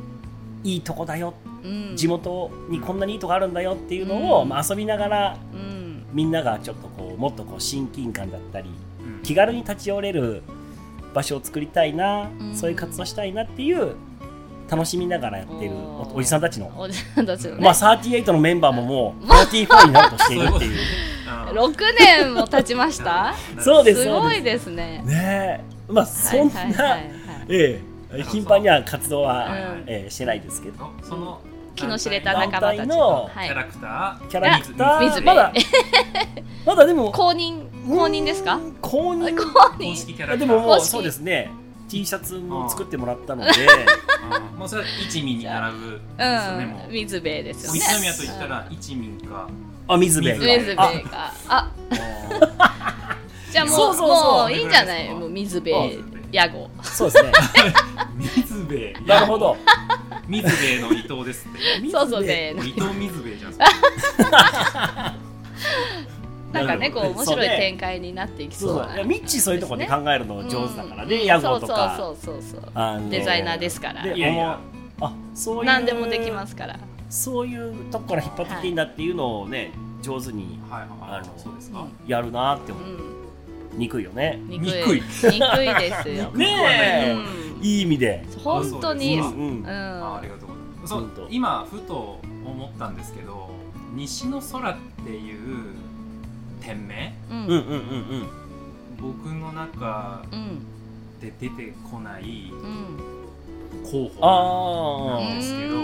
[SPEAKER 3] いいとこだよ
[SPEAKER 1] うん
[SPEAKER 3] 地元にこんなにいいとこあるんだよっていうのを、
[SPEAKER 1] うん
[SPEAKER 3] まあ、遊びながら
[SPEAKER 1] うん
[SPEAKER 3] みんながちょっとこうもっとこう親近感だったり
[SPEAKER 4] うん
[SPEAKER 3] 気軽に立ち寄れる場所を作りたいな、
[SPEAKER 1] うん
[SPEAKER 3] そういう活動したいなっていう楽しみながらやってるお
[SPEAKER 1] おー
[SPEAKER 3] おじさんたちの、
[SPEAKER 1] おじさんたちのね
[SPEAKER 3] まあ38のメンバーももう44になるとしている っていう
[SPEAKER 4] あー
[SPEAKER 1] 6年も経ちました
[SPEAKER 3] そうです
[SPEAKER 1] す
[SPEAKER 3] そう
[SPEAKER 1] ご
[SPEAKER 3] で
[SPEAKER 1] いですね
[SPEAKER 3] すねえまあそんな、
[SPEAKER 1] はいはいはいはい
[SPEAKER 3] ええ頻繁には活動は、
[SPEAKER 1] うん
[SPEAKER 3] ええしてないですけど
[SPEAKER 4] のその
[SPEAKER 1] 気の知れた
[SPEAKER 4] 団体
[SPEAKER 1] 仲間たち
[SPEAKER 3] 団体の
[SPEAKER 1] は
[SPEAKER 4] キャ
[SPEAKER 1] い
[SPEAKER 4] ラクター、
[SPEAKER 3] キャラクター
[SPEAKER 1] 水
[SPEAKER 3] ま だまだでも
[SPEAKER 1] 公認公認ですか
[SPEAKER 3] うーん公
[SPEAKER 1] 公
[SPEAKER 3] 認
[SPEAKER 4] 公
[SPEAKER 1] 認
[SPEAKER 4] 式キャラ
[SPEAKER 3] あ
[SPEAKER 4] ク
[SPEAKER 3] で
[SPEAKER 4] ター
[SPEAKER 3] ももう
[SPEAKER 1] 公式
[SPEAKER 3] そうですね T シャツも作ってもらったので
[SPEAKER 4] あーもうそれは一味に並ぶですよねも
[SPEAKER 1] うん
[SPEAKER 4] う
[SPEAKER 1] 水兵衛ですよね
[SPEAKER 4] 三宮と言ったら一民か
[SPEAKER 3] あ水辺
[SPEAKER 4] 水
[SPEAKER 1] 水兵衛
[SPEAKER 3] あ
[SPEAKER 1] かあじゃあもう
[SPEAKER 3] そうそうそう
[SPEAKER 1] もういいんじゃないもう水兵衛屋号
[SPEAKER 3] そうですね
[SPEAKER 4] 水 兵
[SPEAKER 3] なるほど
[SPEAKER 4] 水兵の伊藤ですって
[SPEAKER 1] そうそう
[SPEAKER 3] 水辺
[SPEAKER 1] で
[SPEAKER 4] 伊藤水兵じゃんそ
[SPEAKER 1] なんかねこう
[SPEAKER 3] なるほ
[SPEAKER 1] 面
[SPEAKER 3] ど
[SPEAKER 1] 白い展開になっていき
[SPEAKER 3] そう
[SPEAKER 1] そう
[SPEAKER 3] そういやミッチーそういうところで考えるの上手だから
[SPEAKER 1] う
[SPEAKER 3] ね、
[SPEAKER 1] ん
[SPEAKER 3] ヤゴとか
[SPEAKER 1] そうそうそうそう
[SPEAKER 3] あの
[SPEAKER 1] デザイナーですから
[SPEAKER 3] で
[SPEAKER 4] いやいや
[SPEAKER 3] あそういう
[SPEAKER 1] 何でもできますから
[SPEAKER 3] そういうとこから引っ張ってきていいんだっていうのをね上手に
[SPEAKER 4] うはいあのそうですか、
[SPEAKER 1] うん
[SPEAKER 3] やるなって
[SPEAKER 1] う
[SPEAKER 3] 思うんにくいよね
[SPEAKER 1] 憎い憎
[SPEAKER 4] 憎い
[SPEAKER 1] いですよ
[SPEAKER 3] ねえ
[SPEAKER 1] うん
[SPEAKER 3] いい意味で
[SPEAKER 1] 本当に
[SPEAKER 4] あ
[SPEAKER 1] う
[SPEAKER 4] そ
[SPEAKER 1] ん
[SPEAKER 4] う
[SPEAKER 3] うん
[SPEAKER 1] う
[SPEAKER 4] あーあ
[SPEAKER 1] ん
[SPEAKER 4] りがとうございます
[SPEAKER 3] う
[SPEAKER 4] そ
[SPEAKER 3] ん
[SPEAKER 4] う
[SPEAKER 3] と
[SPEAKER 4] 今ふと思ったんですけど「西の空」っていう店名
[SPEAKER 1] うん
[SPEAKER 3] うんう
[SPEAKER 1] うん
[SPEAKER 3] んうん
[SPEAKER 4] 僕の中
[SPEAKER 1] うん
[SPEAKER 4] で出てこない
[SPEAKER 1] うん
[SPEAKER 4] 候補
[SPEAKER 3] あ
[SPEAKER 4] なんですけど
[SPEAKER 3] あ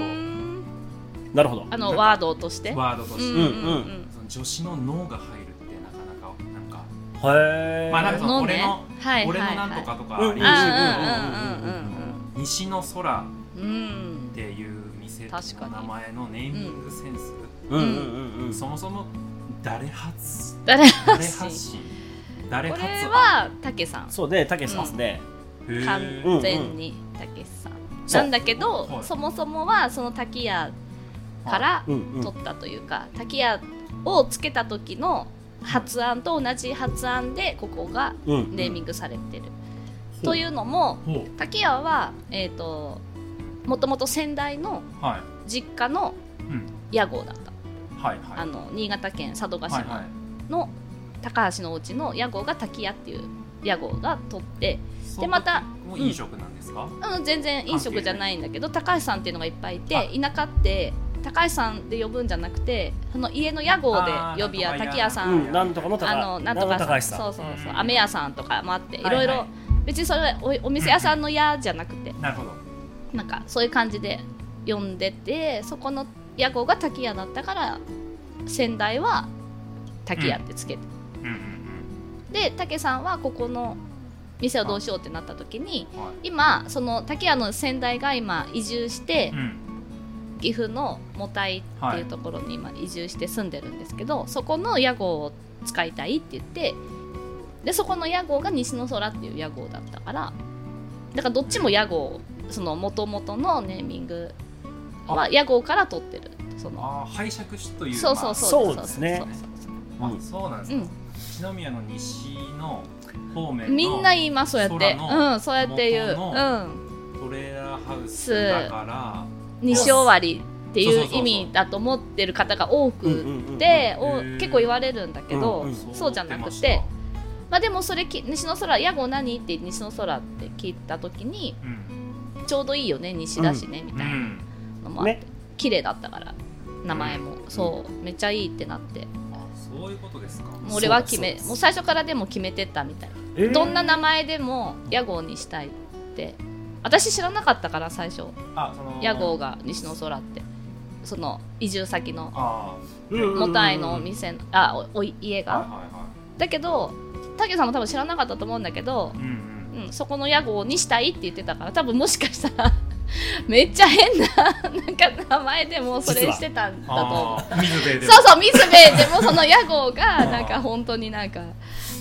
[SPEAKER 3] なるほど
[SPEAKER 1] あのワードとして
[SPEAKER 4] ワードとして、
[SPEAKER 3] ん
[SPEAKER 4] その女子の脳が入るってなかなかなんか、
[SPEAKER 3] へえ
[SPEAKER 4] まあなんかその
[SPEAKER 1] 脳ね
[SPEAKER 4] 俺の、
[SPEAKER 1] はい
[SPEAKER 4] 俺の
[SPEAKER 1] はい
[SPEAKER 4] なんと
[SPEAKER 1] は
[SPEAKER 4] かとか
[SPEAKER 3] うん
[SPEAKER 4] あり
[SPEAKER 1] いうんうんうんうんうん
[SPEAKER 4] 西の空っ
[SPEAKER 1] うんうん
[SPEAKER 4] ていう店
[SPEAKER 1] 確か
[SPEAKER 4] の
[SPEAKER 1] に
[SPEAKER 4] 名前のネーミングセンス、
[SPEAKER 3] うんうんうんうん
[SPEAKER 4] そもそも誰発
[SPEAKER 1] 誰
[SPEAKER 4] 誰
[SPEAKER 1] 発
[SPEAKER 4] 発
[SPEAKER 1] 信
[SPEAKER 4] 信誰
[SPEAKER 1] こ
[SPEAKER 4] 発
[SPEAKER 1] れ
[SPEAKER 4] 案
[SPEAKER 1] はたけさん
[SPEAKER 3] そうねたけしさんですね
[SPEAKER 4] へー
[SPEAKER 1] 完全にたけしさん
[SPEAKER 3] そう
[SPEAKER 1] なんだけど
[SPEAKER 4] はい
[SPEAKER 1] そもそもはその滝屋から
[SPEAKER 3] うんうん
[SPEAKER 1] 取ったというか滝屋をつけた時の発案と同じ発案でここが
[SPEAKER 3] うん
[SPEAKER 1] ネーミングされてるというのも
[SPEAKER 4] ほう
[SPEAKER 1] 滝屋はえっともともと先代の
[SPEAKER 4] はい、
[SPEAKER 1] 実家の
[SPEAKER 4] うん、
[SPEAKER 1] 屋号だった
[SPEAKER 4] はいはい
[SPEAKER 1] あの新潟県佐渡
[SPEAKER 4] はい
[SPEAKER 1] 島
[SPEAKER 4] はい
[SPEAKER 1] の高橋のお家の屋号が滝屋っていう屋号が取って、
[SPEAKER 4] そう
[SPEAKER 1] また
[SPEAKER 4] もう飲食なんですか、
[SPEAKER 1] うん、全然飲食じゃないんだけど高橋さんっていうのがいっぱいい
[SPEAKER 4] あ
[SPEAKER 1] て田舎って高橋さんで呼ぶんじゃなくてその家の屋号で呼び
[SPEAKER 4] あ
[SPEAKER 1] や
[SPEAKER 4] ー
[SPEAKER 1] 滝屋さ
[SPEAKER 3] うん
[SPEAKER 1] ん
[SPEAKER 3] んなんとかのた
[SPEAKER 1] あ
[SPEAKER 3] か
[SPEAKER 1] のなんとか
[SPEAKER 3] なんとか高橋
[SPEAKER 1] そ
[SPEAKER 3] さ
[SPEAKER 1] うそうそう
[SPEAKER 4] うん
[SPEAKER 1] 飴屋さんとかもあってい
[SPEAKER 4] はいは
[SPEAKER 1] ろ
[SPEAKER 4] い
[SPEAKER 1] いろ別にそれはおお店屋さんの屋じゃなくて
[SPEAKER 4] なるほど
[SPEAKER 1] なんかそういう感じで呼んでてそこの屋号が滝屋だったから先代は滝屋ってつけて
[SPEAKER 4] うんうん
[SPEAKER 1] で武さんはここの店をどうしようってなった時に
[SPEAKER 4] うんはい
[SPEAKER 1] 今その竹谷の先代が今移住して
[SPEAKER 4] うん
[SPEAKER 1] 岐阜の母体っていうところに今移住して住んでるんですけど、そこの屋号を使いたいって言ってでそこの屋号が西の空っていう屋号だったからだからどっちも屋号その元々のネーミングは屋号から取ってるその
[SPEAKER 4] ああ拝借しという
[SPEAKER 1] そうそう
[SPEAKER 4] う、
[SPEAKER 1] そう
[SPEAKER 3] そうです
[SPEAKER 1] そ
[SPEAKER 3] ね
[SPEAKER 1] うそう
[SPEAKER 4] まあ
[SPEAKER 3] うん
[SPEAKER 4] あそうなんです
[SPEAKER 1] そう
[SPEAKER 4] ね
[SPEAKER 1] うん
[SPEAKER 4] 篠宮の西の方面の
[SPEAKER 1] みんな言いますそうやって
[SPEAKER 4] 空の
[SPEAKER 1] うんそうやって言う
[SPEAKER 4] 元
[SPEAKER 1] う
[SPEAKER 4] の
[SPEAKER 1] ん
[SPEAKER 4] トレーラーハウスだから
[SPEAKER 1] 西尾割っていう意味だと思ってる方が多くて
[SPEAKER 4] うんうんうん
[SPEAKER 1] お
[SPEAKER 4] へー
[SPEAKER 1] 結構言われるんだけど、
[SPEAKER 3] うんうん
[SPEAKER 1] そうじゃなくて、まあ、でもそれき西の空屋号何って西の空って聞いた時に
[SPEAKER 4] うん
[SPEAKER 1] ちょうどいいよね西だしね、み
[SPEAKER 4] う、
[SPEAKER 1] たいなんのもあ
[SPEAKER 3] う
[SPEAKER 1] って、
[SPEAKER 3] ね
[SPEAKER 1] 綺麗だったから名前も、そうめっちゃいいってなって
[SPEAKER 4] あそそういうことですか
[SPEAKER 1] もう俺は決め
[SPEAKER 3] そう
[SPEAKER 1] もう最初からでも決めてたみたい、
[SPEAKER 3] えー
[SPEAKER 1] どんな名前でも屋号にしたいって私知らなかったから最初
[SPEAKER 4] あその
[SPEAKER 1] 屋号が西の空ってその移住先の
[SPEAKER 4] あ
[SPEAKER 1] 母体のお店のあおお家
[SPEAKER 4] あはい
[SPEAKER 1] が
[SPEAKER 4] はいは
[SPEAKER 1] だけど武さんも多分知らなかったと思うんだけど
[SPEAKER 4] い、うんうん
[SPEAKER 1] うん、そこの屋号にしたいって言ってたから多分もしかしたら めっちゃ変ななんか名前でもそれしてたんだと思う
[SPEAKER 4] あー水辺で
[SPEAKER 1] そうそう、水兵衛でもその屋号が、なんか本当になんか、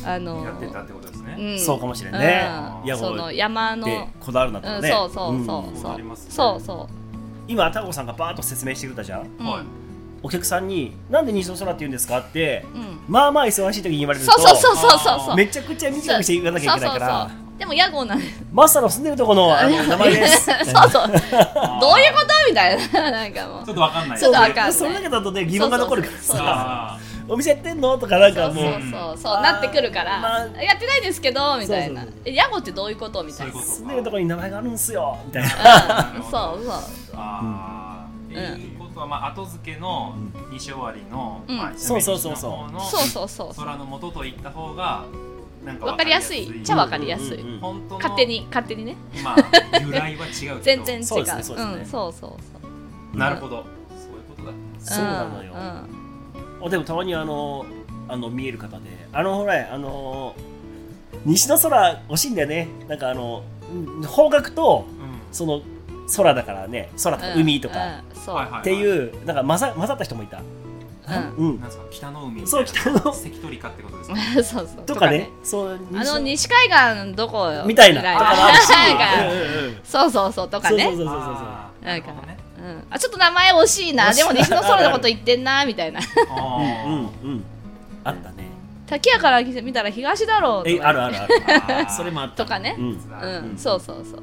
[SPEAKER 1] あの、
[SPEAKER 4] やってたってことですね、
[SPEAKER 1] ん
[SPEAKER 3] そうかもしれん
[SPEAKER 1] うん
[SPEAKER 3] ね。屋
[SPEAKER 1] そ
[SPEAKER 3] 号
[SPEAKER 1] の
[SPEAKER 3] っ
[SPEAKER 1] 山の、
[SPEAKER 3] てこだわるなと
[SPEAKER 1] う
[SPEAKER 3] か
[SPEAKER 1] ん、
[SPEAKER 3] ね。
[SPEAKER 1] そうそうそ
[SPEAKER 3] ん
[SPEAKER 1] う
[SPEAKER 4] うん
[SPEAKER 1] そ
[SPEAKER 4] あ
[SPEAKER 1] う
[SPEAKER 4] り、ますね
[SPEAKER 1] そうそう
[SPEAKER 3] 今、タコさんがバーッと説明してくれたじゃん。
[SPEAKER 1] うん
[SPEAKER 4] はい
[SPEAKER 3] お客さんに、なんで西の空って言うんですかって、
[SPEAKER 1] うん、
[SPEAKER 3] まあまあ忙しい時に言われると、
[SPEAKER 1] そうそうそうそうそうそう
[SPEAKER 3] めちゃくちゃ短くして言わなきゃいけないから、
[SPEAKER 1] そうそうそうでも屋号なんです。
[SPEAKER 3] マスターの住んでるとこのあの名前で す
[SPEAKER 1] そうそうどういう
[SPEAKER 4] あ
[SPEAKER 1] こ
[SPEAKER 4] ー
[SPEAKER 1] とみたいななんかも
[SPEAKER 4] ち
[SPEAKER 1] う
[SPEAKER 4] ょっとわかんない
[SPEAKER 1] ちょっとわかんない
[SPEAKER 3] それだけだとね、疑問が残るから
[SPEAKER 1] そうそう
[SPEAKER 3] さ、
[SPEAKER 4] あー
[SPEAKER 3] お店やってんのとかなん
[SPEAKER 1] そ
[SPEAKER 3] か
[SPEAKER 1] う
[SPEAKER 3] もう
[SPEAKER 1] そ、うそうそうなってくるから、
[SPEAKER 3] まあ
[SPEAKER 1] やってないですけどみたいな
[SPEAKER 3] そうそうそう
[SPEAKER 1] え屋号ってどういうことみたいな
[SPEAKER 4] そういう
[SPEAKER 3] 住んでるとこに名前があるんすよ、みたいな。
[SPEAKER 1] うんそうそう
[SPEAKER 4] あー
[SPEAKER 1] うん
[SPEAKER 4] っていうことは、まあ、後付けの西終わりの、
[SPEAKER 1] うん
[SPEAKER 4] まあ、
[SPEAKER 3] そうそうそうそう
[SPEAKER 4] 斜面
[SPEAKER 1] そう
[SPEAKER 4] 西の
[SPEAKER 1] そうそうそう
[SPEAKER 4] 方の空の元といった方がなんか
[SPEAKER 1] わかりやすいっちゃわかりやすい、
[SPEAKER 3] うんうんうん
[SPEAKER 4] 本当の
[SPEAKER 1] 勝手に勝手にね
[SPEAKER 4] まあ由来は違うけど
[SPEAKER 1] 全然違う
[SPEAKER 3] そうですねそうですね
[SPEAKER 1] ん、そうそうそう
[SPEAKER 4] なるほどそういうことだ
[SPEAKER 3] そうなのよ。
[SPEAKER 1] ん
[SPEAKER 3] あでもたまにあのあの見える方であのほらあの西の空惜しいんだよねなんかあのうん方角と
[SPEAKER 4] うん
[SPEAKER 3] その空だからね空とか海と
[SPEAKER 1] うん
[SPEAKER 3] か、
[SPEAKER 1] うんそう、
[SPEAKER 4] はいはい
[SPEAKER 3] っていうなんか混ざ混ざった人もいた、
[SPEAKER 1] うん
[SPEAKER 3] う
[SPEAKER 4] なん
[SPEAKER 3] ん、
[SPEAKER 4] ですか北の海みたい
[SPEAKER 3] そう
[SPEAKER 4] な
[SPEAKER 3] 北の
[SPEAKER 4] 関取かってことですか
[SPEAKER 1] そうそう
[SPEAKER 3] とかねそう
[SPEAKER 1] あの西
[SPEAKER 3] 西
[SPEAKER 1] 海岸どこよ
[SPEAKER 3] みたいな
[SPEAKER 1] ぐら
[SPEAKER 3] とかもあるし
[SPEAKER 1] なんか
[SPEAKER 3] うんうんうん
[SPEAKER 1] そうそうそうとかね
[SPEAKER 3] そうそうそうそうそう
[SPEAKER 4] あー
[SPEAKER 1] な
[SPEAKER 4] なんる
[SPEAKER 1] か
[SPEAKER 4] ほどね
[SPEAKER 1] うん、あちょっと名前惜しいな
[SPEAKER 3] 惜しい
[SPEAKER 1] でも西の空のこと言ってんなみたいな
[SPEAKER 4] あ
[SPEAKER 3] うん
[SPEAKER 4] ー
[SPEAKER 3] うんうんあったね
[SPEAKER 1] 滝やから見たら東だろうと
[SPEAKER 3] え
[SPEAKER 1] か
[SPEAKER 3] あるあるあ る
[SPEAKER 4] あー
[SPEAKER 3] それもあった
[SPEAKER 1] とかね
[SPEAKER 3] う、ん
[SPEAKER 1] う
[SPEAKER 4] は
[SPEAKER 1] ん
[SPEAKER 4] い
[SPEAKER 3] うん
[SPEAKER 1] そうそうそう、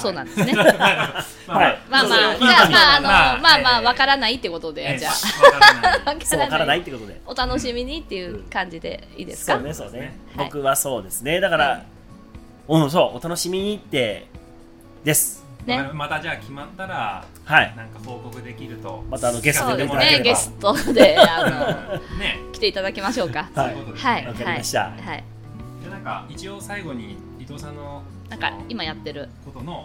[SPEAKER 1] そう なん
[SPEAKER 4] で
[SPEAKER 1] ですね
[SPEAKER 4] す
[SPEAKER 3] はい
[SPEAKER 1] まあまあ
[SPEAKER 3] そうそう
[SPEAKER 1] じゃあまああの
[SPEAKER 4] まあ
[SPEAKER 1] まあまあ
[SPEAKER 4] ええ
[SPEAKER 1] わからないってことで、じゃあわ
[SPEAKER 3] そうわからない
[SPEAKER 1] い
[SPEAKER 3] ってことで
[SPEAKER 1] お楽しみにっていう感じでいいです
[SPEAKER 3] そ
[SPEAKER 1] か
[SPEAKER 3] うねそうね、
[SPEAKER 1] はい
[SPEAKER 3] 僕はそうですねだから、うんそうお楽しみにってです
[SPEAKER 1] ね
[SPEAKER 4] まあまたじゃあ決まったら
[SPEAKER 3] はい
[SPEAKER 4] なんか報告できると
[SPEAKER 3] またあのゲス
[SPEAKER 1] そ
[SPEAKER 3] ト
[SPEAKER 1] う
[SPEAKER 3] で
[SPEAKER 1] で
[SPEAKER 3] 出て
[SPEAKER 1] す
[SPEAKER 3] もら
[SPEAKER 1] ね、
[SPEAKER 3] えれば
[SPEAKER 1] ゲストであ
[SPEAKER 4] ね
[SPEAKER 1] の来ていただきましょうか。
[SPEAKER 4] そう
[SPEAKER 3] はいいう
[SPEAKER 4] ことですね
[SPEAKER 1] はい、
[SPEAKER 3] わかりました
[SPEAKER 1] はいはい、
[SPEAKER 4] じゃあなんか一応最後に伊藤さんの
[SPEAKER 1] なんか
[SPEAKER 4] その
[SPEAKER 1] 今やってる。
[SPEAKER 4] ことの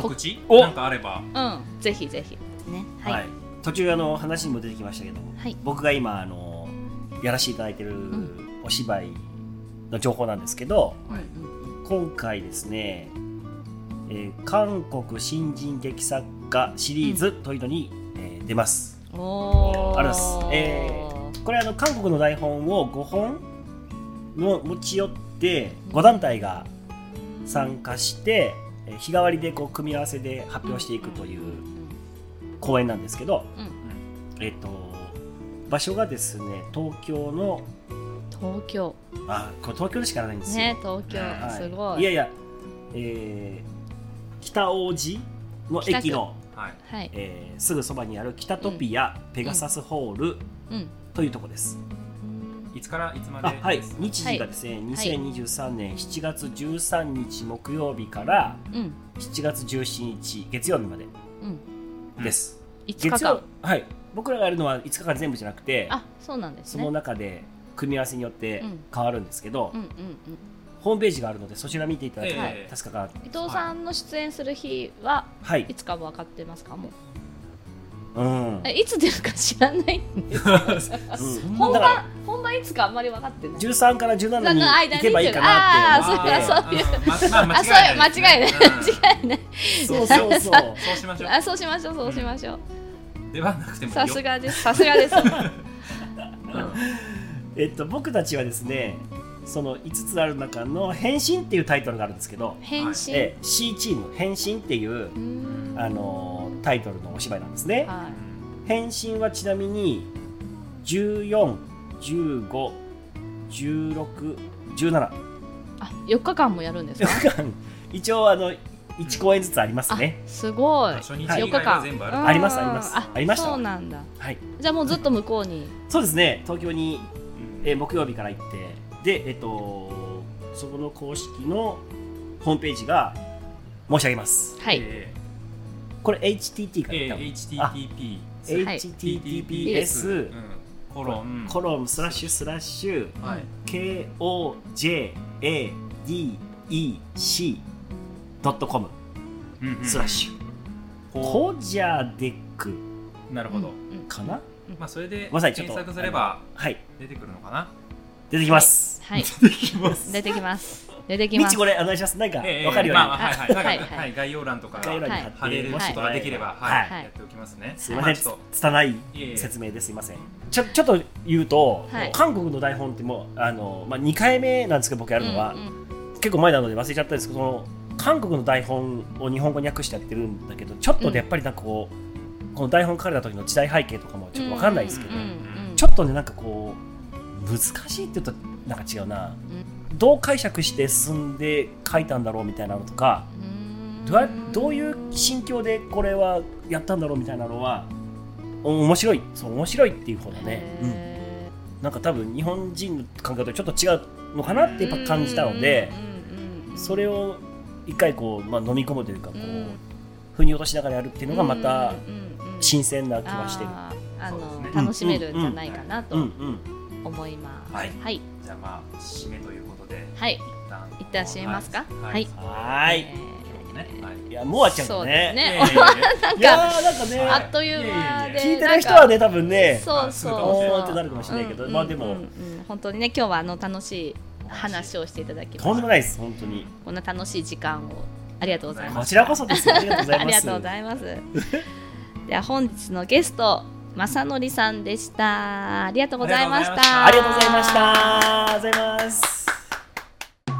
[SPEAKER 4] 告知
[SPEAKER 3] お
[SPEAKER 4] なんかあれば
[SPEAKER 1] うん、ぜひぜひ。ね、はい、
[SPEAKER 3] はい、途中あの話にも出てきましたけども、
[SPEAKER 1] はい
[SPEAKER 3] 僕が今あのやらせていただいてる
[SPEAKER 1] ん
[SPEAKER 3] お芝居の情報なんですけど
[SPEAKER 1] うん
[SPEAKER 3] 今回ですね、えー韓国新人劇作家シリーズというのに、えー出ます
[SPEAKER 1] うん、おー
[SPEAKER 3] ありがとうございますえこれあの韓国の台本を5本の持ち寄って
[SPEAKER 1] うん
[SPEAKER 3] 5団体が参加してえー日替わりでこう組み合わせで発表していくという公演なんですけど、えっと場所がですね東京の
[SPEAKER 1] 東京
[SPEAKER 3] あこれ東京でしかないんですよ、
[SPEAKER 1] ね東
[SPEAKER 3] は
[SPEAKER 1] 京す
[SPEAKER 3] い
[SPEAKER 1] ごい、
[SPEAKER 3] いやいや、えー北大路の駅の、
[SPEAKER 4] はい
[SPEAKER 1] はい、
[SPEAKER 3] えーすぐそばにある北トピアペガサスホール
[SPEAKER 1] うん
[SPEAKER 3] というとこです、
[SPEAKER 4] いつからいつま
[SPEAKER 3] あ
[SPEAKER 4] で
[SPEAKER 3] はい
[SPEAKER 4] です
[SPEAKER 3] 日時がですね、2023年7月13日木曜日から
[SPEAKER 1] うん
[SPEAKER 3] 7月17日月曜日まで
[SPEAKER 1] うん
[SPEAKER 3] です、
[SPEAKER 1] 五日
[SPEAKER 3] 月曜
[SPEAKER 1] 間
[SPEAKER 3] はい僕らがやるのは5日間全部じゃなくて
[SPEAKER 1] あそうなんです
[SPEAKER 3] そ
[SPEAKER 1] ね
[SPEAKER 3] の中で組み合わせによって変わるんですけど、
[SPEAKER 1] うんうんうん
[SPEAKER 3] ホームページがあるのでそちら見ていただけたら
[SPEAKER 4] ええ
[SPEAKER 3] 助かる
[SPEAKER 1] 伊藤さんの出演する日は
[SPEAKER 3] はい
[SPEAKER 1] い、つかも分かってますかもう
[SPEAKER 3] うん
[SPEAKER 1] えいつ出るか知らないんです
[SPEAKER 3] うん
[SPEAKER 1] 本
[SPEAKER 3] だから
[SPEAKER 1] 番本番いつかあんまり分かってない
[SPEAKER 3] 13から17に
[SPEAKER 1] なんか間に
[SPEAKER 3] 行けばいいかなって思って
[SPEAKER 1] あーそれはそういう
[SPEAKER 4] うまあま
[SPEAKER 1] あ、
[SPEAKER 4] あ間違
[SPEAKER 1] そう
[SPEAKER 4] い
[SPEAKER 1] 間
[SPEAKER 4] ない
[SPEAKER 1] 違いない、
[SPEAKER 4] ですね
[SPEAKER 1] 間違いない。
[SPEAKER 3] そうそうそう
[SPEAKER 4] うんそうしましょ
[SPEAKER 1] あ、そうしましょう、そうしましょう。
[SPEAKER 4] うではなくてもいいよ
[SPEAKER 1] さすがです、さすがです。
[SPEAKER 3] えっと僕たちはですねその5つある中の「変身」っていうタイトルがあるんですけど、
[SPEAKER 1] 変身。
[SPEAKER 3] ええ C チーム「変身」っていう
[SPEAKER 1] うーん
[SPEAKER 3] あのータイトルのお芝居なんですね
[SPEAKER 1] は
[SPEAKER 3] 変身はちなみに
[SPEAKER 1] い。
[SPEAKER 3] 14151617
[SPEAKER 1] あ、四日間もやるんですか。
[SPEAKER 3] 一応あの1公演ずつあります
[SPEAKER 1] あ
[SPEAKER 3] ね、
[SPEAKER 1] すごい。
[SPEAKER 4] 初日以
[SPEAKER 1] 四
[SPEAKER 4] 外
[SPEAKER 1] 日
[SPEAKER 4] は
[SPEAKER 1] 間。
[SPEAKER 4] 全部ある
[SPEAKER 1] うん
[SPEAKER 3] ありますありますありました
[SPEAKER 1] そうなんだ。
[SPEAKER 3] はい
[SPEAKER 1] じゃあもうずっと向こうに。
[SPEAKER 3] そうですね東京に
[SPEAKER 4] うん
[SPEAKER 3] えー木曜日から行ってでえっとそこの公式のホームページが申し上げます
[SPEAKER 1] はい。
[SPEAKER 4] え
[SPEAKER 3] これ HTT か
[SPEAKER 4] ーえ
[SPEAKER 3] ら、
[SPEAKER 4] ー HTTP
[SPEAKER 1] はい
[SPEAKER 3] HTTPS、
[SPEAKER 4] うんコロン
[SPEAKER 3] コロンスラッシュスラッシュ
[SPEAKER 4] はい
[SPEAKER 3] KOJADEC.com
[SPEAKER 4] うんうん
[SPEAKER 3] スラッシュ
[SPEAKER 4] こ
[SPEAKER 3] コジャデック
[SPEAKER 4] うなるほど、
[SPEAKER 3] かな
[SPEAKER 4] まあそれで
[SPEAKER 3] ごめんなさいちょっ
[SPEAKER 4] 検
[SPEAKER 3] と
[SPEAKER 4] 索すれば
[SPEAKER 3] はい
[SPEAKER 4] 出てくるのかな
[SPEAKER 3] 出てきます
[SPEAKER 1] はい
[SPEAKER 4] できます
[SPEAKER 1] 出てきます出てき
[SPEAKER 3] み
[SPEAKER 1] ま
[SPEAKER 3] ち
[SPEAKER 1] す
[SPEAKER 3] これお願いしますなんか
[SPEAKER 4] ええ
[SPEAKER 3] わかるよう
[SPEAKER 4] まあま
[SPEAKER 3] に
[SPEAKER 4] あはいはい
[SPEAKER 1] あ
[SPEAKER 4] な
[SPEAKER 1] は
[SPEAKER 4] んか
[SPEAKER 1] い
[SPEAKER 4] はい概要欄とか
[SPEAKER 3] 概要欄に貼って
[SPEAKER 4] 貼れる
[SPEAKER 3] もし
[SPEAKER 4] ことができればはい
[SPEAKER 1] はい
[SPEAKER 4] やっておきますね
[SPEAKER 3] すいません、
[SPEAKER 4] ちょっと
[SPEAKER 3] 拙い
[SPEAKER 4] いえいえ
[SPEAKER 3] 説明ですいませんちょちょっと言うと、
[SPEAKER 1] はい
[SPEAKER 3] 韓国の台本ってもうあの、まあ、2回目なんですけど僕やるのは、結構前なので忘れちゃったんですけどその韓国の台本を日本語に訳してやってるんだけどちょっとねやっぱりなんかこう、この台本書かれた時の時代背景とかもちょっと分かんないですけど、
[SPEAKER 4] うん
[SPEAKER 3] ちょっとねなんかこう難しいって言うとなんか違うな、どう解釈して進んで書いたんだろうみたいなのとか、どうやどういう心境でこれはやったんだろうみたいなのはお面白いそう面白いっていうほどね、うんなんか多分日本人の感覚とちょっと違うのかなってやっぱ感じたので、それを一回こう、まあ、飲み込むというかこ
[SPEAKER 1] う
[SPEAKER 3] う、
[SPEAKER 1] ん
[SPEAKER 3] 腑に落としながらやるっていうのがまた新
[SPEAKER 1] 鮮
[SPEAKER 3] 鮮な気がしてる。
[SPEAKER 1] あーあ
[SPEAKER 4] そ
[SPEAKER 1] の
[SPEAKER 4] うですね
[SPEAKER 1] 楽しめるんじゃないかな
[SPEAKER 3] うんう
[SPEAKER 1] と
[SPEAKER 3] ん、
[SPEAKER 1] 思います。
[SPEAKER 3] うんはい
[SPEAKER 1] はい
[SPEAKER 4] じゃあまあ締めということで
[SPEAKER 1] はい
[SPEAKER 4] 一旦
[SPEAKER 1] 一旦締めますか
[SPEAKER 4] はい
[SPEAKER 3] はーい、
[SPEAKER 1] えー
[SPEAKER 4] ねはい
[SPEAKER 3] いやもう終わっちゃう
[SPEAKER 1] そ
[SPEAKER 3] ん
[SPEAKER 1] う
[SPEAKER 3] だ
[SPEAKER 1] です
[SPEAKER 3] ね。
[SPEAKER 1] ね。
[SPEAKER 4] いえいえいえ
[SPEAKER 1] なん
[SPEAKER 3] いや
[SPEAKER 1] か
[SPEAKER 3] ーなんかね、
[SPEAKER 4] いや
[SPEAKER 1] あっという間で
[SPEAKER 3] 聞いてる人はね多分ね
[SPEAKER 1] そうそう
[SPEAKER 4] あ
[SPEAKER 3] お
[SPEAKER 4] そう
[SPEAKER 3] ーってなるかもしれないけど、
[SPEAKER 1] うん
[SPEAKER 3] まあでも、
[SPEAKER 1] うんうん本当にね今日はあの楽しい話をしていただき
[SPEAKER 3] と
[SPEAKER 1] まし
[SPEAKER 3] んでも
[SPEAKER 1] た
[SPEAKER 3] ないです本当に。
[SPEAKER 1] こんな楽しい時間をありがとうござい
[SPEAKER 3] こ
[SPEAKER 1] ま
[SPEAKER 3] ち
[SPEAKER 1] す
[SPEAKER 3] らこそです。ありがとうござい
[SPEAKER 1] あ
[SPEAKER 3] ま
[SPEAKER 1] り
[SPEAKER 3] す。
[SPEAKER 1] がとうございますでは本日のゲストまさのりさんでしたありがとうございました
[SPEAKER 3] ありがとうございました。ありがとうございます。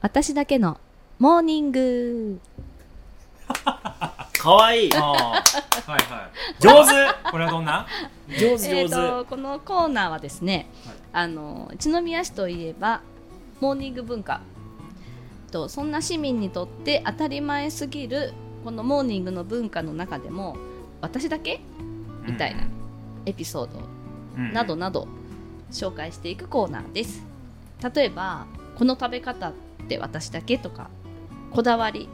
[SPEAKER 1] 私だけのモーニング
[SPEAKER 3] 可愛い
[SPEAKER 4] あーはいは
[SPEAKER 3] 上手
[SPEAKER 4] いこれはどんな
[SPEAKER 3] 上手
[SPEAKER 1] え
[SPEAKER 3] 上手。
[SPEAKER 1] ー、とこのコーナーはですね、
[SPEAKER 4] はい
[SPEAKER 1] あの一宮市といえばモーニング文化とそんな市民にとって当たり前すぎるこのモーニングの文化の中でも私だけみたいなエピソード
[SPEAKER 4] うん
[SPEAKER 1] などなど紹介していくコーナーです例えばこの食べ方って私だけとかこだわり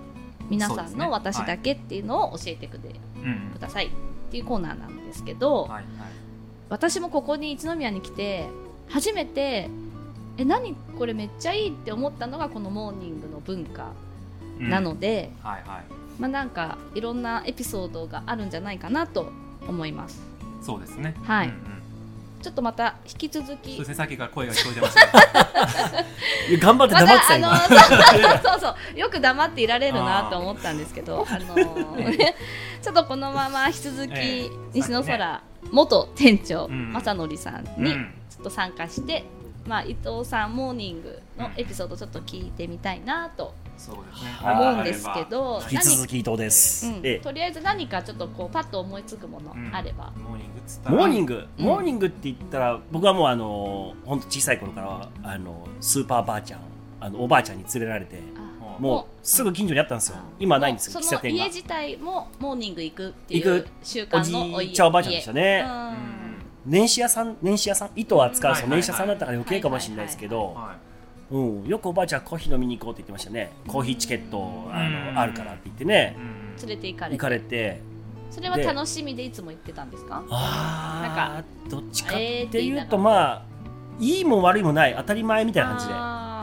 [SPEAKER 1] 皆
[SPEAKER 4] そう
[SPEAKER 1] さ
[SPEAKER 4] です
[SPEAKER 1] ん
[SPEAKER 4] ね
[SPEAKER 1] の私だけっていうのを教えてくで
[SPEAKER 4] うんうん
[SPEAKER 1] くださいっていうコーナーなんですけど、
[SPEAKER 4] はいはい
[SPEAKER 1] 私もここに一宮に来て初めてえ何これめっちゃいいって思ったのがこのモーニングの文化
[SPEAKER 4] うん
[SPEAKER 1] なので、
[SPEAKER 4] はいはい
[SPEAKER 1] まあなんかいろんなエピソードがあるんじゃないかなと思います
[SPEAKER 4] そうですね
[SPEAKER 1] はい
[SPEAKER 4] うんうん
[SPEAKER 1] ちょっとまた引き続
[SPEAKER 4] そう
[SPEAKER 1] き
[SPEAKER 4] ですねさっきから声が聞こえてましたけど
[SPEAKER 3] いや頑張って
[SPEAKER 1] ま
[SPEAKER 3] 黙って
[SPEAKER 1] た
[SPEAKER 3] た
[SPEAKER 1] あ
[SPEAKER 3] 今。
[SPEAKER 1] のそ うそうそうよく黙っていられるなと思ったんですけどあの ちょっとこのまま引き続き、
[SPEAKER 4] ええ
[SPEAKER 1] 西の空、元店長
[SPEAKER 4] うん
[SPEAKER 1] 正則さん
[SPEAKER 4] う
[SPEAKER 1] に
[SPEAKER 4] ん
[SPEAKER 1] ちょっと参加して、まあ、伊藤さんモーニングのエピソードちょっと聞いてみたいなと
[SPEAKER 4] そうですね
[SPEAKER 3] うん
[SPEAKER 1] 思うんですけど、
[SPEAKER 3] 引き続き伊藤です。
[SPEAKER 1] 何うん
[SPEAKER 3] え
[SPEAKER 1] とりあえず何かちょっとこうパッと思いつくものあれば、
[SPEAKER 4] モーニングっつっ
[SPEAKER 3] え
[SPEAKER 4] たら
[SPEAKER 3] モーニング、
[SPEAKER 1] うん
[SPEAKER 3] モーニングって言ったら僕はもうあの本当小さい頃からあのスーパーばあちゃんあのおばあちゃんに連れられて
[SPEAKER 1] あ
[SPEAKER 4] も
[SPEAKER 3] もうすぐ近所にあったんですよ今はないんですよ
[SPEAKER 1] もう
[SPEAKER 3] 喫
[SPEAKER 1] そ
[SPEAKER 3] 茶
[SPEAKER 1] の
[SPEAKER 3] 店が
[SPEAKER 1] 家自体もモーニング行くってい
[SPEAKER 3] 行
[SPEAKER 1] う
[SPEAKER 3] く
[SPEAKER 1] 習
[SPEAKER 3] お
[SPEAKER 1] 慣の
[SPEAKER 3] じい
[SPEAKER 1] 家
[SPEAKER 3] ちゃんおばあちゃんでしたね、
[SPEAKER 4] う
[SPEAKER 1] うん
[SPEAKER 4] うん
[SPEAKER 1] ん
[SPEAKER 3] 年始屋さん年始屋さん糸を扱うそ
[SPEAKER 4] うん
[SPEAKER 3] の年始屋さんだったから余計かもしれないですけ
[SPEAKER 4] うん
[SPEAKER 3] ど
[SPEAKER 4] は
[SPEAKER 3] うんよくおばあちゃんコーヒー飲みに行こうって言ってましたねコーヒーチケットあ
[SPEAKER 4] う
[SPEAKER 3] の、
[SPEAKER 4] ん
[SPEAKER 3] あるからって言ってね
[SPEAKER 4] いう
[SPEAKER 1] 連
[SPEAKER 4] ん
[SPEAKER 1] れて行かれ
[SPEAKER 3] 行
[SPEAKER 1] て
[SPEAKER 3] かれて
[SPEAKER 1] それは楽しみでいつも行ってたんですか
[SPEAKER 3] あーどっちかってい
[SPEAKER 1] えー
[SPEAKER 3] う
[SPEAKER 1] って言いなが
[SPEAKER 3] と
[SPEAKER 1] ら
[SPEAKER 3] まあいいも悪いもない当たり前みたいな感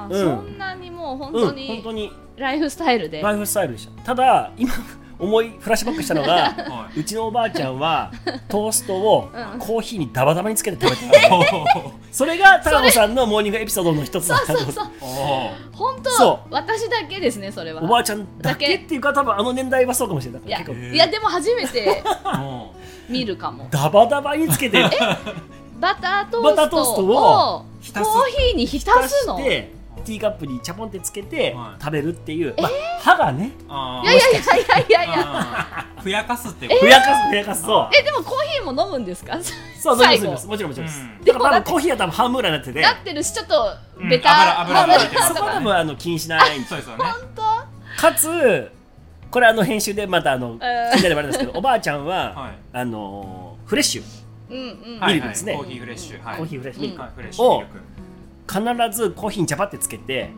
[SPEAKER 1] あー
[SPEAKER 3] うん
[SPEAKER 1] そんなにもう本
[SPEAKER 3] じで
[SPEAKER 1] 当
[SPEAKER 3] うん本当
[SPEAKER 1] に
[SPEAKER 3] に
[SPEAKER 1] ライフスタイルで、
[SPEAKER 3] ライフスタイルでしたただ今思いフラッシュバックしたの が
[SPEAKER 4] はいう
[SPEAKER 3] ちのおばあちゃんはトーストを
[SPEAKER 1] うん
[SPEAKER 3] コーヒーにダバダバにつけて食 べてた
[SPEAKER 4] お
[SPEAKER 3] それが高子さんのモーニングエピソードの一つだったの
[SPEAKER 1] そう
[SPEAKER 4] ーおー
[SPEAKER 1] 本
[SPEAKER 3] そ
[SPEAKER 1] 当私だけですねそれは
[SPEAKER 3] おばあちゃんだけっていうか多分あの年代はそうかもしれない
[SPEAKER 1] いや
[SPEAKER 3] 結構
[SPEAKER 1] いやでも初めて
[SPEAKER 4] も
[SPEAKER 1] 見るか も
[SPEAKER 3] ダバダバにつ けて
[SPEAKER 1] バタート
[SPEAKER 3] バタ
[SPEAKER 1] ース
[SPEAKER 3] ートース
[SPEAKER 1] ト
[SPEAKER 3] ト
[SPEAKER 1] を
[SPEAKER 3] を
[SPEAKER 1] コ
[SPEAKER 4] 浸す
[SPEAKER 1] ーヒーに浸すの
[SPEAKER 3] してティーカップにちゃぽんってつけて
[SPEAKER 4] はい
[SPEAKER 3] 食べるっていう、まあ、歯がね
[SPEAKER 4] うあ
[SPEAKER 1] い
[SPEAKER 4] ー
[SPEAKER 1] やいやいやいやいやいや
[SPEAKER 4] あーふやかすって
[SPEAKER 3] ふやかすふやかすそう
[SPEAKER 1] えでもコーヒーも飲むんですか
[SPEAKER 3] そう、そう
[SPEAKER 1] 最
[SPEAKER 3] で
[SPEAKER 1] 後
[SPEAKER 3] す、もちろん、もちろんです
[SPEAKER 4] うん。
[SPEAKER 3] だから、多分コーヒーは多分半分ぐらいになってて。
[SPEAKER 1] なってるしちょっと
[SPEAKER 4] うん
[SPEAKER 1] ベタ
[SPEAKER 4] 油油
[SPEAKER 1] 油
[SPEAKER 4] 油
[SPEAKER 3] そ
[SPEAKER 1] と
[SPEAKER 3] こは
[SPEAKER 1] か
[SPEAKER 3] 多分、あの、禁止しないんです
[SPEAKER 4] そうですよね
[SPEAKER 3] かつ、これ、あの、編集で、また、あの、
[SPEAKER 1] えー
[SPEAKER 3] 気になればあれですけど、おばあちゃん
[SPEAKER 4] は、
[SPEAKER 3] はいあのー、フレッシュ。
[SPEAKER 1] うんうん
[SPEAKER 3] ミルクですね
[SPEAKER 4] コーヒーフレッシュ、はい、
[SPEAKER 3] コーヒーフレッシュ
[SPEAKER 1] うん
[SPEAKER 4] はいフレッシュミルク
[SPEAKER 3] 必ずコーヒーにジャバってつけて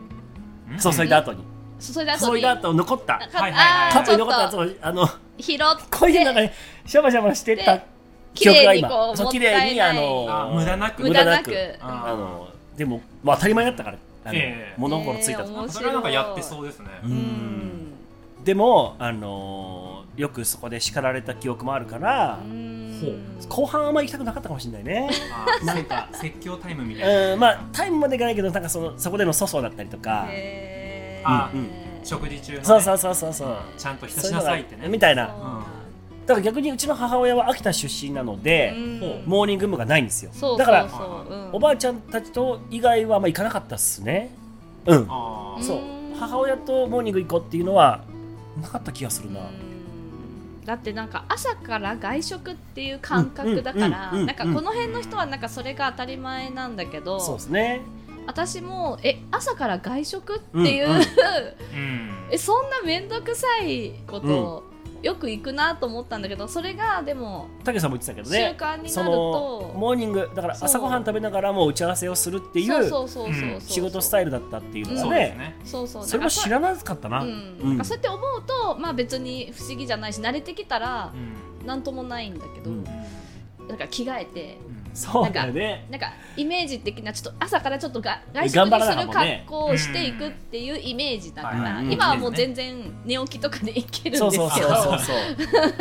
[SPEAKER 4] うん
[SPEAKER 3] 注いだ後に
[SPEAKER 1] 注いだ後
[SPEAKER 3] 注
[SPEAKER 1] に
[SPEAKER 3] いだ後残った
[SPEAKER 1] か
[SPEAKER 4] はいはいはい
[SPEAKER 3] カ
[SPEAKER 1] あー
[SPEAKER 3] ッ
[SPEAKER 1] ち
[SPEAKER 3] プに
[SPEAKER 1] ょ
[SPEAKER 3] 残ったや
[SPEAKER 1] っ
[SPEAKER 3] つをあの
[SPEAKER 1] と拾っ
[SPEAKER 3] コーヒーの中
[SPEAKER 1] て
[SPEAKER 3] にシャバシャバしてた
[SPEAKER 1] で
[SPEAKER 3] 記憶が
[SPEAKER 1] 綺麗にこ
[SPEAKER 3] 今
[SPEAKER 1] う
[SPEAKER 3] そう
[SPEAKER 1] もった
[SPEAKER 3] 綺
[SPEAKER 1] いない
[SPEAKER 3] 麗にあの
[SPEAKER 4] あ無駄なく
[SPEAKER 1] 無駄なく
[SPEAKER 4] あ
[SPEAKER 3] あのでも、まあ、当たり前だったからあの、
[SPEAKER 4] ええ
[SPEAKER 3] 物心ついた
[SPEAKER 1] ええ
[SPEAKER 3] と、
[SPEAKER 1] 面白い
[SPEAKER 4] それはなんかやってそうですね、
[SPEAKER 1] う
[SPEAKER 3] うんんでも、あのーよくそこで叱られた記憶もあるから、
[SPEAKER 1] うん
[SPEAKER 3] 後半あんまり行きたくなかったかもしれないね
[SPEAKER 4] あーなんか説教タイムみたいな、
[SPEAKER 3] うんまあタイムまでいかないけどなんかそのそこでの粗相だったりとか、
[SPEAKER 1] へー
[SPEAKER 4] あ
[SPEAKER 3] うん
[SPEAKER 4] 食事中の、ね、
[SPEAKER 3] そうそうそうそうそう
[SPEAKER 4] ちゃんと浸
[SPEAKER 3] そう
[SPEAKER 4] し
[SPEAKER 3] いうの
[SPEAKER 4] な
[SPEAKER 3] が
[SPEAKER 4] さいってね
[SPEAKER 3] みたい
[SPEAKER 1] そう
[SPEAKER 3] なだから逆にうちの母親は秋田出身なの
[SPEAKER 1] う
[SPEAKER 3] で、
[SPEAKER 1] ん
[SPEAKER 4] ほう
[SPEAKER 3] モーニングムがないんですよ
[SPEAKER 1] そうそう
[SPEAKER 3] だから
[SPEAKER 1] そううん
[SPEAKER 3] おばあちゃんたちと以外はあんま行かなかったっすねうん
[SPEAKER 4] あー
[SPEAKER 1] ん
[SPEAKER 3] そう
[SPEAKER 1] うん
[SPEAKER 3] 母親とモーニング行こうっていうのはなかった気がするな、
[SPEAKER 1] うんだってなんか朝から外食っていう感覚だから
[SPEAKER 3] うんうんうんうん
[SPEAKER 1] なんかこの辺の人はなんかそれが当たり前なんだけど
[SPEAKER 3] そうですね
[SPEAKER 1] 私もえ朝から外食っていう、
[SPEAKER 3] うんうん
[SPEAKER 4] うん
[SPEAKER 1] えそんな面倒くさいこと、よく行くなと思ったんだけどそれがでも
[SPEAKER 3] たけさんも言ってたけど
[SPEAKER 1] 習
[SPEAKER 3] ね
[SPEAKER 1] 慣に
[SPEAKER 3] そ
[SPEAKER 1] なる
[SPEAKER 3] の
[SPEAKER 1] と
[SPEAKER 3] モーニングだから
[SPEAKER 1] そう
[SPEAKER 3] 朝ごはん食べながらもう打ち合わせをするってい
[SPEAKER 1] そう
[SPEAKER 3] う
[SPEAKER 1] そうそうそう
[SPEAKER 4] うん
[SPEAKER 3] 仕事スタイルだったっていう
[SPEAKER 1] そ
[SPEAKER 3] の
[SPEAKER 4] そう
[SPEAKER 3] が
[SPEAKER 4] です
[SPEAKER 3] ね
[SPEAKER 4] ね
[SPEAKER 1] そうそう
[SPEAKER 3] それも知ら
[SPEAKER 1] ん
[SPEAKER 3] なかったな、
[SPEAKER 1] うん
[SPEAKER 3] うん
[SPEAKER 1] なんかそうやって思うと、まあ、別に不思議じゃないし慣れてきたら
[SPEAKER 4] うん
[SPEAKER 1] なんともないんだけど、
[SPEAKER 3] うん
[SPEAKER 1] なんか着替えて
[SPEAKER 4] うん
[SPEAKER 3] そうだよね
[SPEAKER 1] なんかイメージ的なちょっと朝からちょっとが外食
[SPEAKER 3] 頑張
[SPEAKER 1] に
[SPEAKER 3] らな
[SPEAKER 1] す
[SPEAKER 3] か
[SPEAKER 1] る
[SPEAKER 3] もね
[SPEAKER 1] 格好をしていくっていうイメージだか
[SPEAKER 4] う
[SPEAKER 1] ら、
[SPEAKER 4] んはい
[SPEAKER 3] はい
[SPEAKER 1] 今はもう全然寝起きとかでいけるんですけど
[SPEAKER 3] そうそうそうそうそう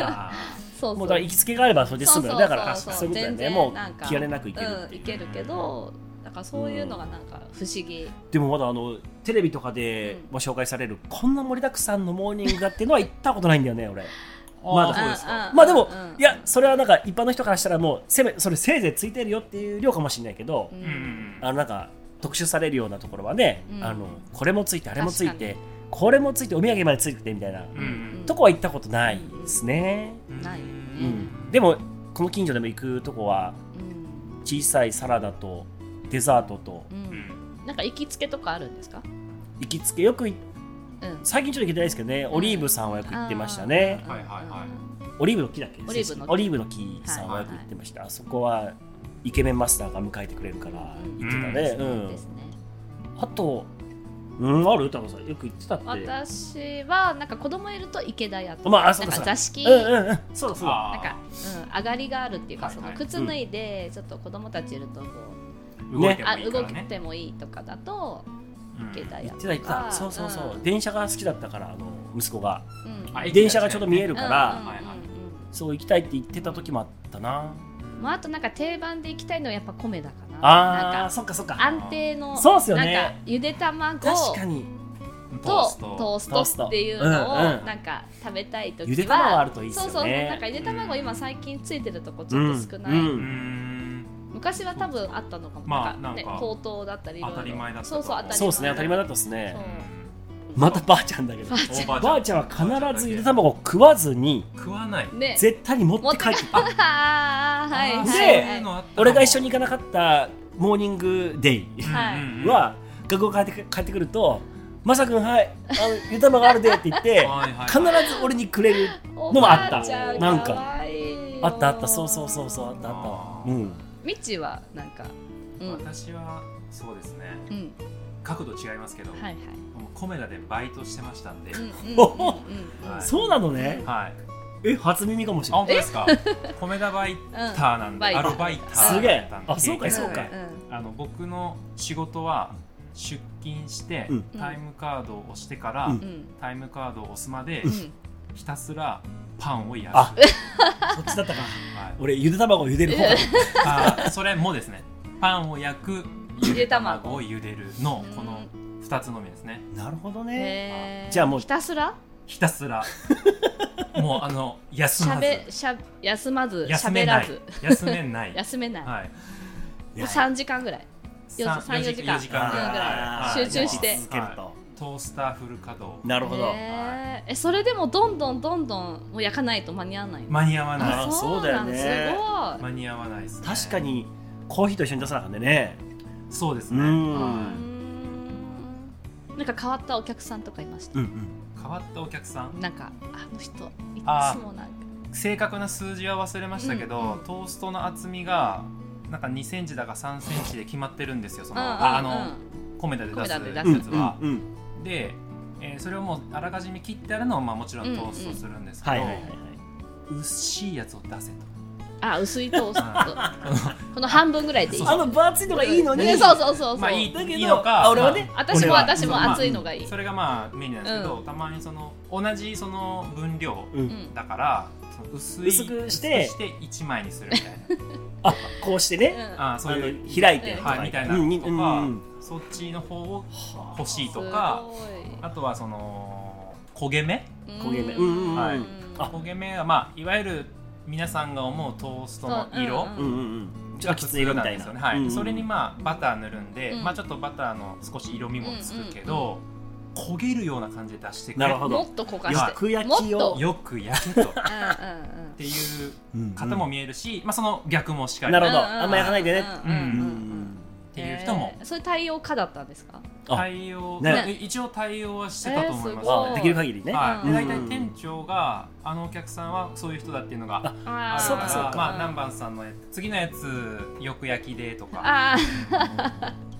[SPEAKER 4] あ
[SPEAKER 1] そう
[SPEAKER 3] もうだから行きつけがあればそれで済むよねだから
[SPEAKER 1] そう
[SPEAKER 3] そ
[SPEAKER 1] そうそう
[SPEAKER 3] ういうことだよ
[SPEAKER 1] 全
[SPEAKER 3] ね
[SPEAKER 1] 然
[SPEAKER 3] もう
[SPEAKER 1] なんか
[SPEAKER 3] 気兼ねなくいける
[SPEAKER 1] う
[SPEAKER 3] っ
[SPEAKER 1] ん、
[SPEAKER 3] てい、
[SPEAKER 1] いうけるけどだからそういうのがなんか不思議、
[SPEAKER 3] でもまだあのテレビとかで
[SPEAKER 1] うん
[SPEAKER 3] も紹介される、こんな盛りだくさんのモーニングだっていうのは行ったことないんだよね俺
[SPEAKER 4] ー
[SPEAKER 3] まだ
[SPEAKER 4] あーそうですか
[SPEAKER 1] んん
[SPEAKER 3] まあでも、
[SPEAKER 1] うん
[SPEAKER 3] いやそれはなんか一般の人からしたらもうせめそれせいぜいついてるよっていう量かもしれないけど、
[SPEAKER 1] うん
[SPEAKER 4] うんうん
[SPEAKER 3] あのなんか特集されるようなところはね、
[SPEAKER 1] うん
[SPEAKER 3] あのこれもついてあれもつい
[SPEAKER 1] 確か
[SPEAKER 3] てこれもついてお土産までついてみたいな、
[SPEAKER 4] うんうん
[SPEAKER 3] とこは行ったことないですね、
[SPEAKER 4] うん
[SPEAKER 1] ないよね
[SPEAKER 3] うんでもこの近所でも行くとこは
[SPEAKER 1] うん
[SPEAKER 3] 小さいサラダとデザートと
[SPEAKER 1] う
[SPEAKER 4] うんん
[SPEAKER 1] なんか行きつけとかあるんですか、
[SPEAKER 3] 行きつけよくい
[SPEAKER 1] うん、
[SPEAKER 3] 最近ちょっと行けてないですけどねオリーブさんはよく行ってましたね、
[SPEAKER 4] はいはいはい
[SPEAKER 3] オリーブの木だっけ
[SPEAKER 1] オリーブの木
[SPEAKER 3] オリーブの木さんはよく行ってました、あそこはイケメンマスターが迎えてくれるから
[SPEAKER 1] うん
[SPEAKER 3] 行ってた
[SPEAKER 1] い
[SPEAKER 3] ね、うん
[SPEAKER 1] ですね
[SPEAKER 3] あとうんある歌子さんよく行ってたって
[SPEAKER 1] 私はなんか子供いると池田屋とか,、
[SPEAKER 3] まああそう
[SPEAKER 1] なんか
[SPEAKER 3] だそうだ
[SPEAKER 1] 座敷、
[SPEAKER 3] うんうんうんそうだそう
[SPEAKER 4] あ
[SPEAKER 3] だ
[SPEAKER 4] ー
[SPEAKER 1] なんか、うん、上がりがあるっていうか、
[SPEAKER 4] はいはい
[SPEAKER 1] その靴脱いで、ちょっと子供たちいるとこう、
[SPEAKER 4] 動いて
[SPEAKER 1] あ
[SPEAKER 4] もいいか
[SPEAKER 1] 動
[SPEAKER 4] らね
[SPEAKER 1] けてもいいとかだと、池田屋
[SPEAKER 3] 行っ
[SPEAKER 1] と
[SPEAKER 3] て
[SPEAKER 1] か。
[SPEAKER 3] た行ってたそうそうそう、電車が好きだったからあの息子が
[SPEAKER 1] うん。うん
[SPEAKER 4] あ駅
[SPEAKER 3] 電車がちょうど見える
[SPEAKER 1] うん
[SPEAKER 3] から、
[SPEAKER 1] うん
[SPEAKER 4] はいはい
[SPEAKER 1] うん
[SPEAKER 3] そう行きたいって言ってた時もあったな
[SPEAKER 1] うんまあ、あとなんか定番で行きたいのはやっぱ米だかな。
[SPEAKER 3] あ
[SPEAKER 1] なん
[SPEAKER 3] ー
[SPEAKER 1] か
[SPEAKER 3] そっかそっか
[SPEAKER 1] 安定の
[SPEAKER 3] そうっすよね
[SPEAKER 1] なんかゆで卵
[SPEAKER 3] 確かに
[SPEAKER 1] と
[SPEAKER 4] トース
[SPEAKER 1] ト
[SPEAKER 4] ト
[SPEAKER 1] ーストっていうのを
[SPEAKER 3] うんうん
[SPEAKER 1] なんか食べたい時は
[SPEAKER 3] ゆで卵あるといいっすよ
[SPEAKER 1] そう
[SPEAKER 3] ね
[SPEAKER 1] そうそうなんかゆで卵今最近ついてるとこちょっと少ない、
[SPEAKER 3] うんう
[SPEAKER 4] うんん
[SPEAKER 1] 昔は多分あったのかも、
[SPEAKER 4] まあ
[SPEAKER 1] ね
[SPEAKER 4] なんか
[SPEAKER 1] 高騰だったりいろいろ
[SPEAKER 4] 当たり前だったと
[SPEAKER 1] そうそう当たり前
[SPEAKER 3] そうですね当たり前だったですねま
[SPEAKER 4] ま
[SPEAKER 3] た
[SPEAKER 4] た
[SPEAKER 3] ばあちゃんだけ
[SPEAKER 4] お
[SPEAKER 3] ど
[SPEAKER 4] ばあちゃん
[SPEAKER 3] ばあちゃんは必ずゆで卵を食わずに
[SPEAKER 4] 食わない
[SPEAKER 1] ね
[SPEAKER 3] 絶対に持って帰ってた
[SPEAKER 1] あーはい
[SPEAKER 4] あー
[SPEAKER 1] は
[SPEAKER 4] そう
[SPEAKER 1] い
[SPEAKER 4] い
[SPEAKER 1] は
[SPEAKER 4] う
[SPEAKER 1] い
[SPEAKER 4] のあったかも
[SPEAKER 3] 俺が一緒に行かなかったモーニングデイ
[SPEAKER 1] はい
[SPEAKER 4] うんうんうん
[SPEAKER 3] は学校帰って帰ってくると「まさくんはいあのゆで卵あるで」って言って
[SPEAKER 4] はいはい
[SPEAKER 3] 必ず俺にくれる
[SPEAKER 1] お
[SPEAKER 3] のもあった
[SPEAKER 1] ばあちゃん
[SPEAKER 3] なんか
[SPEAKER 1] かわいいよ
[SPEAKER 3] あったあったそうそうそうそうあったあったうん
[SPEAKER 1] みちはなんかうんうん
[SPEAKER 4] 私はそうですね角度違いますけど、
[SPEAKER 1] はいはい
[SPEAKER 4] もうコメダでバイトしてましたんで、
[SPEAKER 1] うんうん
[SPEAKER 3] お
[SPEAKER 1] うんうん
[SPEAKER 4] はい
[SPEAKER 3] そうなのね
[SPEAKER 4] はい
[SPEAKER 3] え初耳かもし
[SPEAKER 4] あ
[SPEAKER 3] れ
[SPEAKER 4] 本当で
[SPEAKER 3] ない
[SPEAKER 4] すか コメダバイターなんで、
[SPEAKER 1] うんバイ
[SPEAKER 4] ア
[SPEAKER 1] ター
[SPEAKER 4] ルバイター
[SPEAKER 3] すげ え
[SPEAKER 4] だったん
[SPEAKER 3] あそうか
[SPEAKER 4] 経験
[SPEAKER 3] そうか
[SPEAKER 4] で
[SPEAKER 1] ん
[SPEAKER 4] あの僕の仕事は出勤して、
[SPEAKER 3] うん
[SPEAKER 4] タイムカードを押してから、
[SPEAKER 3] う
[SPEAKER 1] うんん
[SPEAKER 4] タイムカードを押すまで、
[SPEAKER 1] うん
[SPEAKER 4] ひたすらパンをやる
[SPEAKER 3] あそっちだった
[SPEAKER 4] は
[SPEAKER 3] か
[SPEAKER 4] い
[SPEAKER 3] 俺ゆで卵をゆでる 方だった
[SPEAKER 4] あーそれもですねパンを焼く
[SPEAKER 1] ゆ
[SPEAKER 4] ゆ
[SPEAKER 1] で
[SPEAKER 4] で
[SPEAKER 1] 卵
[SPEAKER 4] 卵をゆでるのこの2つのみですね
[SPEAKER 3] なるほどね
[SPEAKER 1] へー
[SPEAKER 3] じゃあもう
[SPEAKER 1] ひたすら
[SPEAKER 4] ひた すらもうあの休
[SPEAKER 1] しゃ
[SPEAKER 4] ま
[SPEAKER 1] べ
[SPEAKER 4] ず
[SPEAKER 1] しゃ休まず
[SPEAKER 4] 休
[SPEAKER 1] 喋
[SPEAKER 4] めな
[SPEAKER 1] ら
[SPEAKER 4] い
[SPEAKER 1] ず
[SPEAKER 4] 休め ない
[SPEAKER 1] 休めないも
[SPEAKER 4] はい、
[SPEAKER 1] う3時間ぐらい
[SPEAKER 4] さん
[SPEAKER 1] 三
[SPEAKER 4] 四
[SPEAKER 1] 四時間
[SPEAKER 4] 四間ぐらい
[SPEAKER 1] あ
[SPEAKER 4] は
[SPEAKER 1] ー
[SPEAKER 4] い
[SPEAKER 1] 集中して
[SPEAKER 4] はい
[SPEAKER 3] 続けると
[SPEAKER 4] トースターフル稼働
[SPEAKER 3] なるほど
[SPEAKER 1] へーえそれでもどんどんどんどんもう焼かないと間に合わないの
[SPEAKER 4] 間に合わない
[SPEAKER 3] あー
[SPEAKER 1] そう
[SPEAKER 3] そうだよ
[SPEAKER 1] なん
[SPEAKER 3] ね
[SPEAKER 1] すごい
[SPEAKER 4] 間に合わないです、ね、
[SPEAKER 3] 確かにコーヒーと一緒に出さなあかんでね
[SPEAKER 4] そうですね、
[SPEAKER 3] うん
[SPEAKER 1] うー
[SPEAKER 4] は
[SPEAKER 1] んなんか変わったお客さんとかいました
[SPEAKER 3] ん
[SPEAKER 4] い、変わったお客さん
[SPEAKER 1] なんかあの人いつ
[SPEAKER 4] あー
[SPEAKER 1] もなんか
[SPEAKER 4] 正確な数字は忘れましたけど、
[SPEAKER 1] うんうん
[SPEAKER 4] トーストの厚みがなんか2センチだか3センチで決まってるんですよその、
[SPEAKER 1] うんうん
[SPEAKER 4] ああの、
[SPEAKER 1] う
[SPEAKER 4] コメダで
[SPEAKER 1] コ
[SPEAKER 4] 出す
[SPEAKER 1] メダ
[SPEAKER 4] や
[SPEAKER 1] で出
[SPEAKER 4] つは。
[SPEAKER 3] うんうん
[SPEAKER 4] で、えーそれをもうあらかじめ切ってあるのを、まあ、もちろんトーストするんですけど、
[SPEAKER 3] はいはいはいはい
[SPEAKER 4] 薄いやつを出せと。
[SPEAKER 1] んあ薄いトー ストこの半分ぐらいでいい
[SPEAKER 3] あの分厚いのがいいのに
[SPEAKER 1] ねそうそうそうそう、
[SPEAKER 4] まあいい
[SPEAKER 3] だけど
[SPEAKER 4] いいのか
[SPEAKER 3] あ俺はね
[SPEAKER 4] ま
[SPEAKER 1] 私も
[SPEAKER 3] 俺は
[SPEAKER 1] 私も熱いのがいい、
[SPEAKER 4] それがまあメニューなんですけど、
[SPEAKER 1] う
[SPEAKER 4] たまにその同じその分量
[SPEAKER 3] うん
[SPEAKER 1] うん
[SPEAKER 4] だから、その薄い
[SPEAKER 3] 薄くして
[SPEAKER 4] 薄くして1枚にするみたい
[SPEAKER 3] あこうしてね
[SPEAKER 1] うん
[SPEAKER 4] なあーそういう
[SPEAKER 3] あの開いて
[SPEAKER 1] うん
[SPEAKER 4] はいみたいな
[SPEAKER 3] うん
[SPEAKER 4] のとか、
[SPEAKER 3] うんうん
[SPEAKER 4] そっちの方を
[SPEAKER 3] はあ
[SPEAKER 4] 欲しいとか
[SPEAKER 1] す
[SPEAKER 4] あとはその焦げ目
[SPEAKER 1] ごい
[SPEAKER 3] 焦げ目
[SPEAKER 1] う
[SPEAKER 3] うんうんう
[SPEAKER 1] ん
[SPEAKER 3] ん
[SPEAKER 4] はい
[SPEAKER 3] あ
[SPEAKER 4] 焦げ目はまあいわゆる皆さんが思うトーストの色
[SPEAKER 1] そう
[SPEAKER 3] うんうんうんちょ
[SPEAKER 4] が
[SPEAKER 3] っ
[SPEAKER 4] 普
[SPEAKER 3] ときつ
[SPEAKER 4] 通
[SPEAKER 3] い色
[SPEAKER 4] な
[SPEAKER 3] み
[SPEAKER 4] ん
[SPEAKER 3] たい
[SPEAKER 4] で
[SPEAKER 3] な
[SPEAKER 4] すよね、はい
[SPEAKER 3] うんうん
[SPEAKER 4] それにまあバター塗るんで、
[SPEAKER 1] うん
[SPEAKER 4] まあちょっとバターの少し色味もつくけど、焦げるような感じで出してく
[SPEAKER 3] な
[SPEAKER 4] れ
[SPEAKER 3] るほど
[SPEAKER 1] もっと焦が
[SPEAKER 3] よ
[SPEAKER 1] して
[SPEAKER 3] く焼きを
[SPEAKER 1] もっと
[SPEAKER 4] よく焼け
[SPEAKER 1] う
[SPEAKER 4] とっ
[SPEAKER 1] んうんうん
[SPEAKER 4] ていう
[SPEAKER 3] うんうん
[SPEAKER 4] 方も見えるし、まあ、その逆もしっかり
[SPEAKER 3] なる
[SPEAKER 4] っ
[SPEAKER 3] ほど
[SPEAKER 1] ううう
[SPEAKER 3] あんま焼かないでね
[SPEAKER 1] うんうん
[SPEAKER 3] う
[SPEAKER 1] うんん
[SPEAKER 3] う
[SPEAKER 1] うん
[SPEAKER 3] ん
[SPEAKER 4] ていう人も
[SPEAKER 1] えーそれ対応可だったんですか
[SPEAKER 3] あ
[SPEAKER 4] 対応、
[SPEAKER 3] ね
[SPEAKER 4] まあ一応対応はしてたと思
[SPEAKER 1] え
[SPEAKER 4] いま
[SPEAKER 1] ー
[SPEAKER 4] す
[SPEAKER 1] すご
[SPEAKER 3] あ
[SPEAKER 1] い
[SPEAKER 4] ね
[SPEAKER 3] できる限りね
[SPEAKER 4] はい、
[SPEAKER 1] う
[SPEAKER 4] で
[SPEAKER 1] ん
[SPEAKER 4] 大体店長があのお客さんはそういう人だっていうのがあ
[SPEAKER 1] あ
[SPEAKER 4] るか
[SPEAKER 3] そう
[SPEAKER 4] ら
[SPEAKER 3] かそうか
[SPEAKER 4] まあ、南蛮さんのやつ次のやつよく焼きでとか
[SPEAKER 1] あ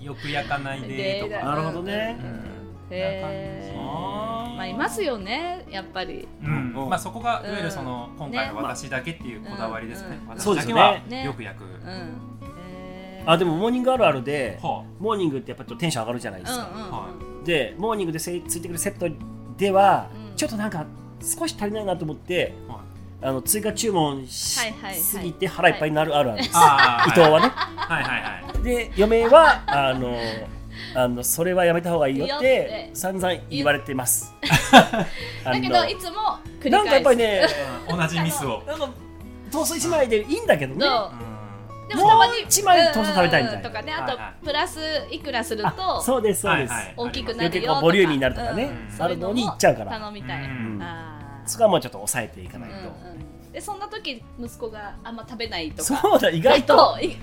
[SPEAKER 4] よく焼かないでと
[SPEAKER 1] で
[SPEAKER 4] か、
[SPEAKER 3] なるほどね
[SPEAKER 4] うん
[SPEAKER 1] へー
[SPEAKER 3] あ
[SPEAKER 1] ー
[SPEAKER 3] ー
[SPEAKER 1] まあいますよねやっぱり
[SPEAKER 4] うん
[SPEAKER 3] うん
[SPEAKER 4] まあ、そこがいわゆるその、
[SPEAKER 1] うん
[SPEAKER 4] 今回の
[SPEAKER 1] ね
[SPEAKER 4] 私だけっていうこだわりですね、
[SPEAKER 1] うん
[SPEAKER 4] 私
[SPEAKER 3] そうで
[SPEAKER 4] だ
[SPEAKER 3] す
[SPEAKER 4] け
[SPEAKER 3] よ
[SPEAKER 4] は
[SPEAKER 3] ね
[SPEAKER 1] ね
[SPEAKER 4] よく焼く、
[SPEAKER 1] うんへー
[SPEAKER 3] あでもモーニングあるあるで
[SPEAKER 4] は
[SPEAKER 3] モーニングってやっぱちょっとテンション上がるじゃないで
[SPEAKER 1] うん
[SPEAKER 3] す
[SPEAKER 1] うん
[SPEAKER 3] か
[SPEAKER 4] は
[SPEAKER 3] でモーニングでせついてくるセットでは、
[SPEAKER 1] うん
[SPEAKER 3] ちょっとなんか少し足りないなと思って
[SPEAKER 4] あは
[SPEAKER 3] あの追加注文し、
[SPEAKER 1] はいはいはい
[SPEAKER 3] すぎて腹いっぱいになるあるあるです、
[SPEAKER 4] あー
[SPEAKER 3] 伊藤はね
[SPEAKER 4] はいはいはい
[SPEAKER 3] で嫁はあのあのそれはやめた方がいいよっ
[SPEAKER 1] いいよって
[SPEAKER 3] て散々言われてます あ
[SPEAKER 1] だ
[SPEAKER 3] の
[SPEAKER 1] けどいつも繰り返す
[SPEAKER 3] なんかやっぱりね
[SPEAKER 4] 同じミスを。
[SPEAKER 3] なんかトースト1枚でいいんだけどね
[SPEAKER 1] そう
[SPEAKER 4] う
[SPEAKER 1] でもたまに
[SPEAKER 3] もう一枚トースト食べたいみ
[SPEAKER 1] う
[SPEAKER 3] たいな
[SPEAKER 1] んうんとかね
[SPEAKER 4] はい
[SPEAKER 1] あ
[SPEAKER 4] は
[SPEAKER 1] とプラスいくらする
[SPEAKER 3] あ
[SPEAKER 1] と
[SPEAKER 3] そうですそうです、
[SPEAKER 4] はいはい
[SPEAKER 1] 大きくな
[SPEAKER 3] 余
[SPEAKER 1] るよ
[SPEAKER 3] 計ことう
[SPEAKER 1] か
[SPEAKER 3] ボリューミーになるとかね、
[SPEAKER 1] うん
[SPEAKER 3] あるのにいっちゃうから
[SPEAKER 1] 頼みたい
[SPEAKER 4] うん
[SPEAKER 1] あー
[SPEAKER 3] そこはもうちょっと抑えていかないと、
[SPEAKER 1] うんうんでそんな時息子があんま食べないとか
[SPEAKER 3] そうだ意外と
[SPEAKER 1] い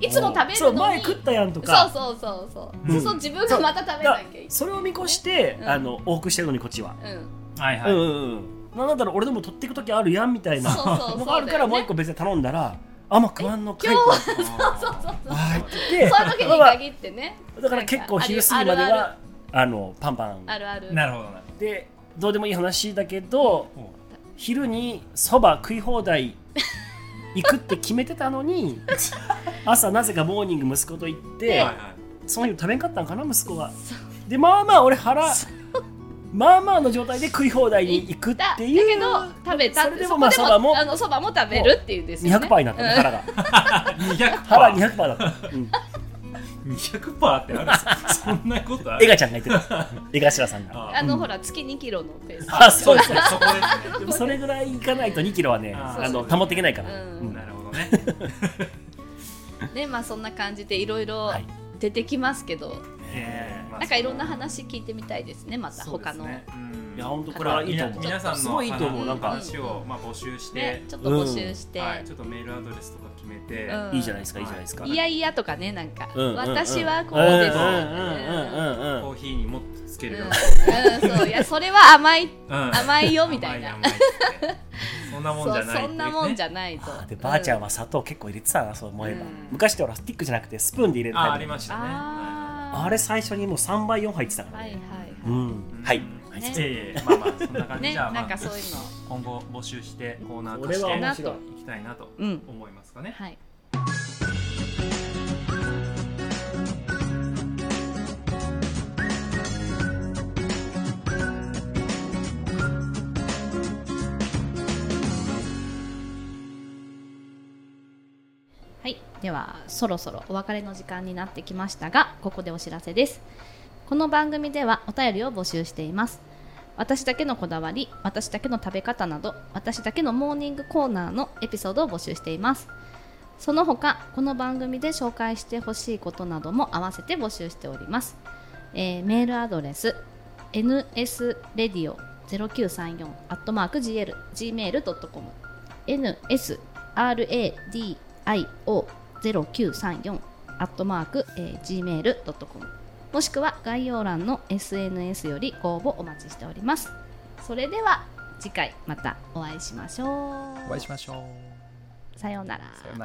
[SPEAKER 1] いつも食べ
[SPEAKER 3] そう
[SPEAKER 1] るの
[SPEAKER 3] 前
[SPEAKER 1] に
[SPEAKER 3] 食ったやんと
[SPEAKER 1] そ
[SPEAKER 3] か
[SPEAKER 1] うそうそうそう、
[SPEAKER 3] うん
[SPEAKER 1] そうそう自分がまた食べなきゃいけ
[SPEAKER 3] それを見越して、
[SPEAKER 1] うん
[SPEAKER 3] あの多くしてるのにこっちは、
[SPEAKER 1] ない、うん、
[SPEAKER 4] はいは
[SPEAKER 3] う
[SPEAKER 4] い。
[SPEAKER 3] んうんうんなんだったら俺でも取っていく時あるやんみたいな
[SPEAKER 1] そうそうそう
[SPEAKER 3] のがあるか
[SPEAKER 1] そうだよ
[SPEAKER 3] ら
[SPEAKER 1] ね
[SPEAKER 3] もう一個別に頼んだらあんま食わんのかいと
[SPEAKER 1] 今
[SPEAKER 4] そうそうそう。
[SPEAKER 3] あーっ
[SPEAKER 1] そうい
[SPEAKER 3] て言
[SPEAKER 1] う
[SPEAKER 3] って
[SPEAKER 1] 時に限ってね
[SPEAKER 3] だから結構昼過ぎまで
[SPEAKER 1] あ
[SPEAKER 3] はあのパンパン
[SPEAKER 1] あるある
[SPEAKER 4] なるほどな。
[SPEAKER 3] でどうでもいい話だけど
[SPEAKER 4] ほ
[SPEAKER 3] 昼にそば食い放題行くって決めてたの に朝なぜかモーニング息子と行っ
[SPEAKER 4] う
[SPEAKER 3] て
[SPEAKER 4] はいはい
[SPEAKER 3] その日食べんかったんかな息子がでまあまあ俺腹まあまあの状態で食い放題に行くっ
[SPEAKER 1] だだ
[SPEAKER 3] て
[SPEAKER 1] け
[SPEAKER 3] いう
[SPEAKER 1] ど食べた
[SPEAKER 3] それでもまあ
[SPEAKER 1] そこ
[SPEAKER 3] そばも
[SPEAKER 1] あのそばも食べるっていうんですよね
[SPEAKER 3] 200パーになったね腹が
[SPEAKER 4] 200
[SPEAKER 3] 腹200パーだった、うん、
[SPEAKER 4] 200パーってある。そんなことあ
[SPEAKER 3] エ
[SPEAKER 4] る。
[SPEAKER 3] ガちゃんが言ってたエガシラさんが
[SPEAKER 4] あ
[SPEAKER 1] あの、
[SPEAKER 3] うん
[SPEAKER 1] ほら月2キロのペース
[SPEAKER 3] あそうです
[SPEAKER 4] そこです
[SPEAKER 3] で
[SPEAKER 4] ね。
[SPEAKER 3] もそれぐらいいかないと2キロはね
[SPEAKER 4] あ
[SPEAKER 3] あ
[SPEAKER 4] ー
[SPEAKER 3] の
[SPEAKER 4] そうそう
[SPEAKER 3] 保っていけないから、
[SPEAKER 1] うん
[SPEAKER 3] うん
[SPEAKER 4] なるほどね。
[SPEAKER 1] ねまあそんな感じでいろいろ
[SPEAKER 3] はい
[SPEAKER 1] 出てきますけど、
[SPEAKER 4] ええまあ
[SPEAKER 1] なんかいろんな話聞いてみたいですねまた
[SPEAKER 4] そうで
[SPEAKER 1] 他
[SPEAKER 4] す
[SPEAKER 1] の、
[SPEAKER 4] ねうん
[SPEAKER 3] いや本当これはいいと思う
[SPEAKER 4] 皆さんの
[SPEAKER 3] すごいいいと思
[SPEAKER 4] あの
[SPEAKER 3] うなんか、
[SPEAKER 4] 話をまあ募集し
[SPEAKER 1] ね
[SPEAKER 4] て、
[SPEAKER 1] ちょっと募集して、
[SPEAKER 4] はい、ちょっとメールアドレスとか決めて、
[SPEAKER 1] うん
[SPEAKER 3] いいじゃないですかいいじゃないですか、
[SPEAKER 1] いやいやとかねなんか、
[SPEAKER 3] うんうんうん
[SPEAKER 1] 私はこうです、
[SPEAKER 3] うん
[SPEAKER 1] うん
[SPEAKER 3] うんうんうんう
[SPEAKER 4] コ
[SPEAKER 3] ん
[SPEAKER 4] ーヒーにもっとつけるよう
[SPEAKER 1] うんそういやそれは甘い
[SPEAKER 4] な。うん
[SPEAKER 1] 甘いよみたいな
[SPEAKER 4] 甘い甘いってそんな
[SPEAKER 1] そ
[SPEAKER 4] もんじゃ
[SPEAKER 1] う
[SPEAKER 4] ない。
[SPEAKER 1] そんなもんじ
[SPEAKER 4] ゃ。
[SPEAKER 1] ゃないと
[SPEAKER 3] でばあちゃん
[SPEAKER 1] う
[SPEAKER 3] は砂糖結構入れてたなそう思えば、
[SPEAKER 1] うん
[SPEAKER 3] 昔ってほらスティックじゃなくてスプーンで入れるタイ
[SPEAKER 4] あ、
[SPEAKER 3] プ
[SPEAKER 4] ありましたね。
[SPEAKER 1] あー
[SPEAKER 3] あれ最初にもう3倍4杯入ってたから
[SPEAKER 1] はい
[SPEAKER 3] ね、
[SPEAKER 1] はいはい、
[SPEAKER 3] うんはい、
[SPEAKER 4] はい
[SPEAKER 1] ね
[SPEAKER 4] いやいやいやまあまあそんな感 じ
[SPEAKER 1] ね
[SPEAKER 4] じゃあ
[SPEAKER 1] な
[SPEAKER 4] ま
[SPEAKER 1] んか
[SPEAKER 4] あ
[SPEAKER 1] そういうの
[SPEAKER 4] 今後募集してコーナー
[SPEAKER 3] こ
[SPEAKER 4] と
[SPEAKER 3] れ
[SPEAKER 4] し
[SPEAKER 3] は
[SPEAKER 4] て
[SPEAKER 3] 面
[SPEAKER 1] な
[SPEAKER 3] 白い
[SPEAKER 1] と
[SPEAKER 4] いきたいなと
[SPEAKER 1] うん
[SPEAKER 4] 思いますかね。
[SPEAKER 1] はいはい、ではそろそろお別れの時間になってきましたがここでお知らせですこの番組ではお便りを募集しています私だけのこだわり私だけの食べ方など私だけのモーニングコーナーのエピソードを募集していますその他この番組で紹介してほしいことなども合わせて募集しております、えーメールアドレス nsradio0934 gmail.com nsradio0934 gmail.com もしくは概要欄の SNS よりご応募お待ちしておりますそれでは次回またお会いしましょう
[SPEAKER 4] お会いしましょう。
[SPEAKER 1] さようなら
[SPEAKER 4] さようなら。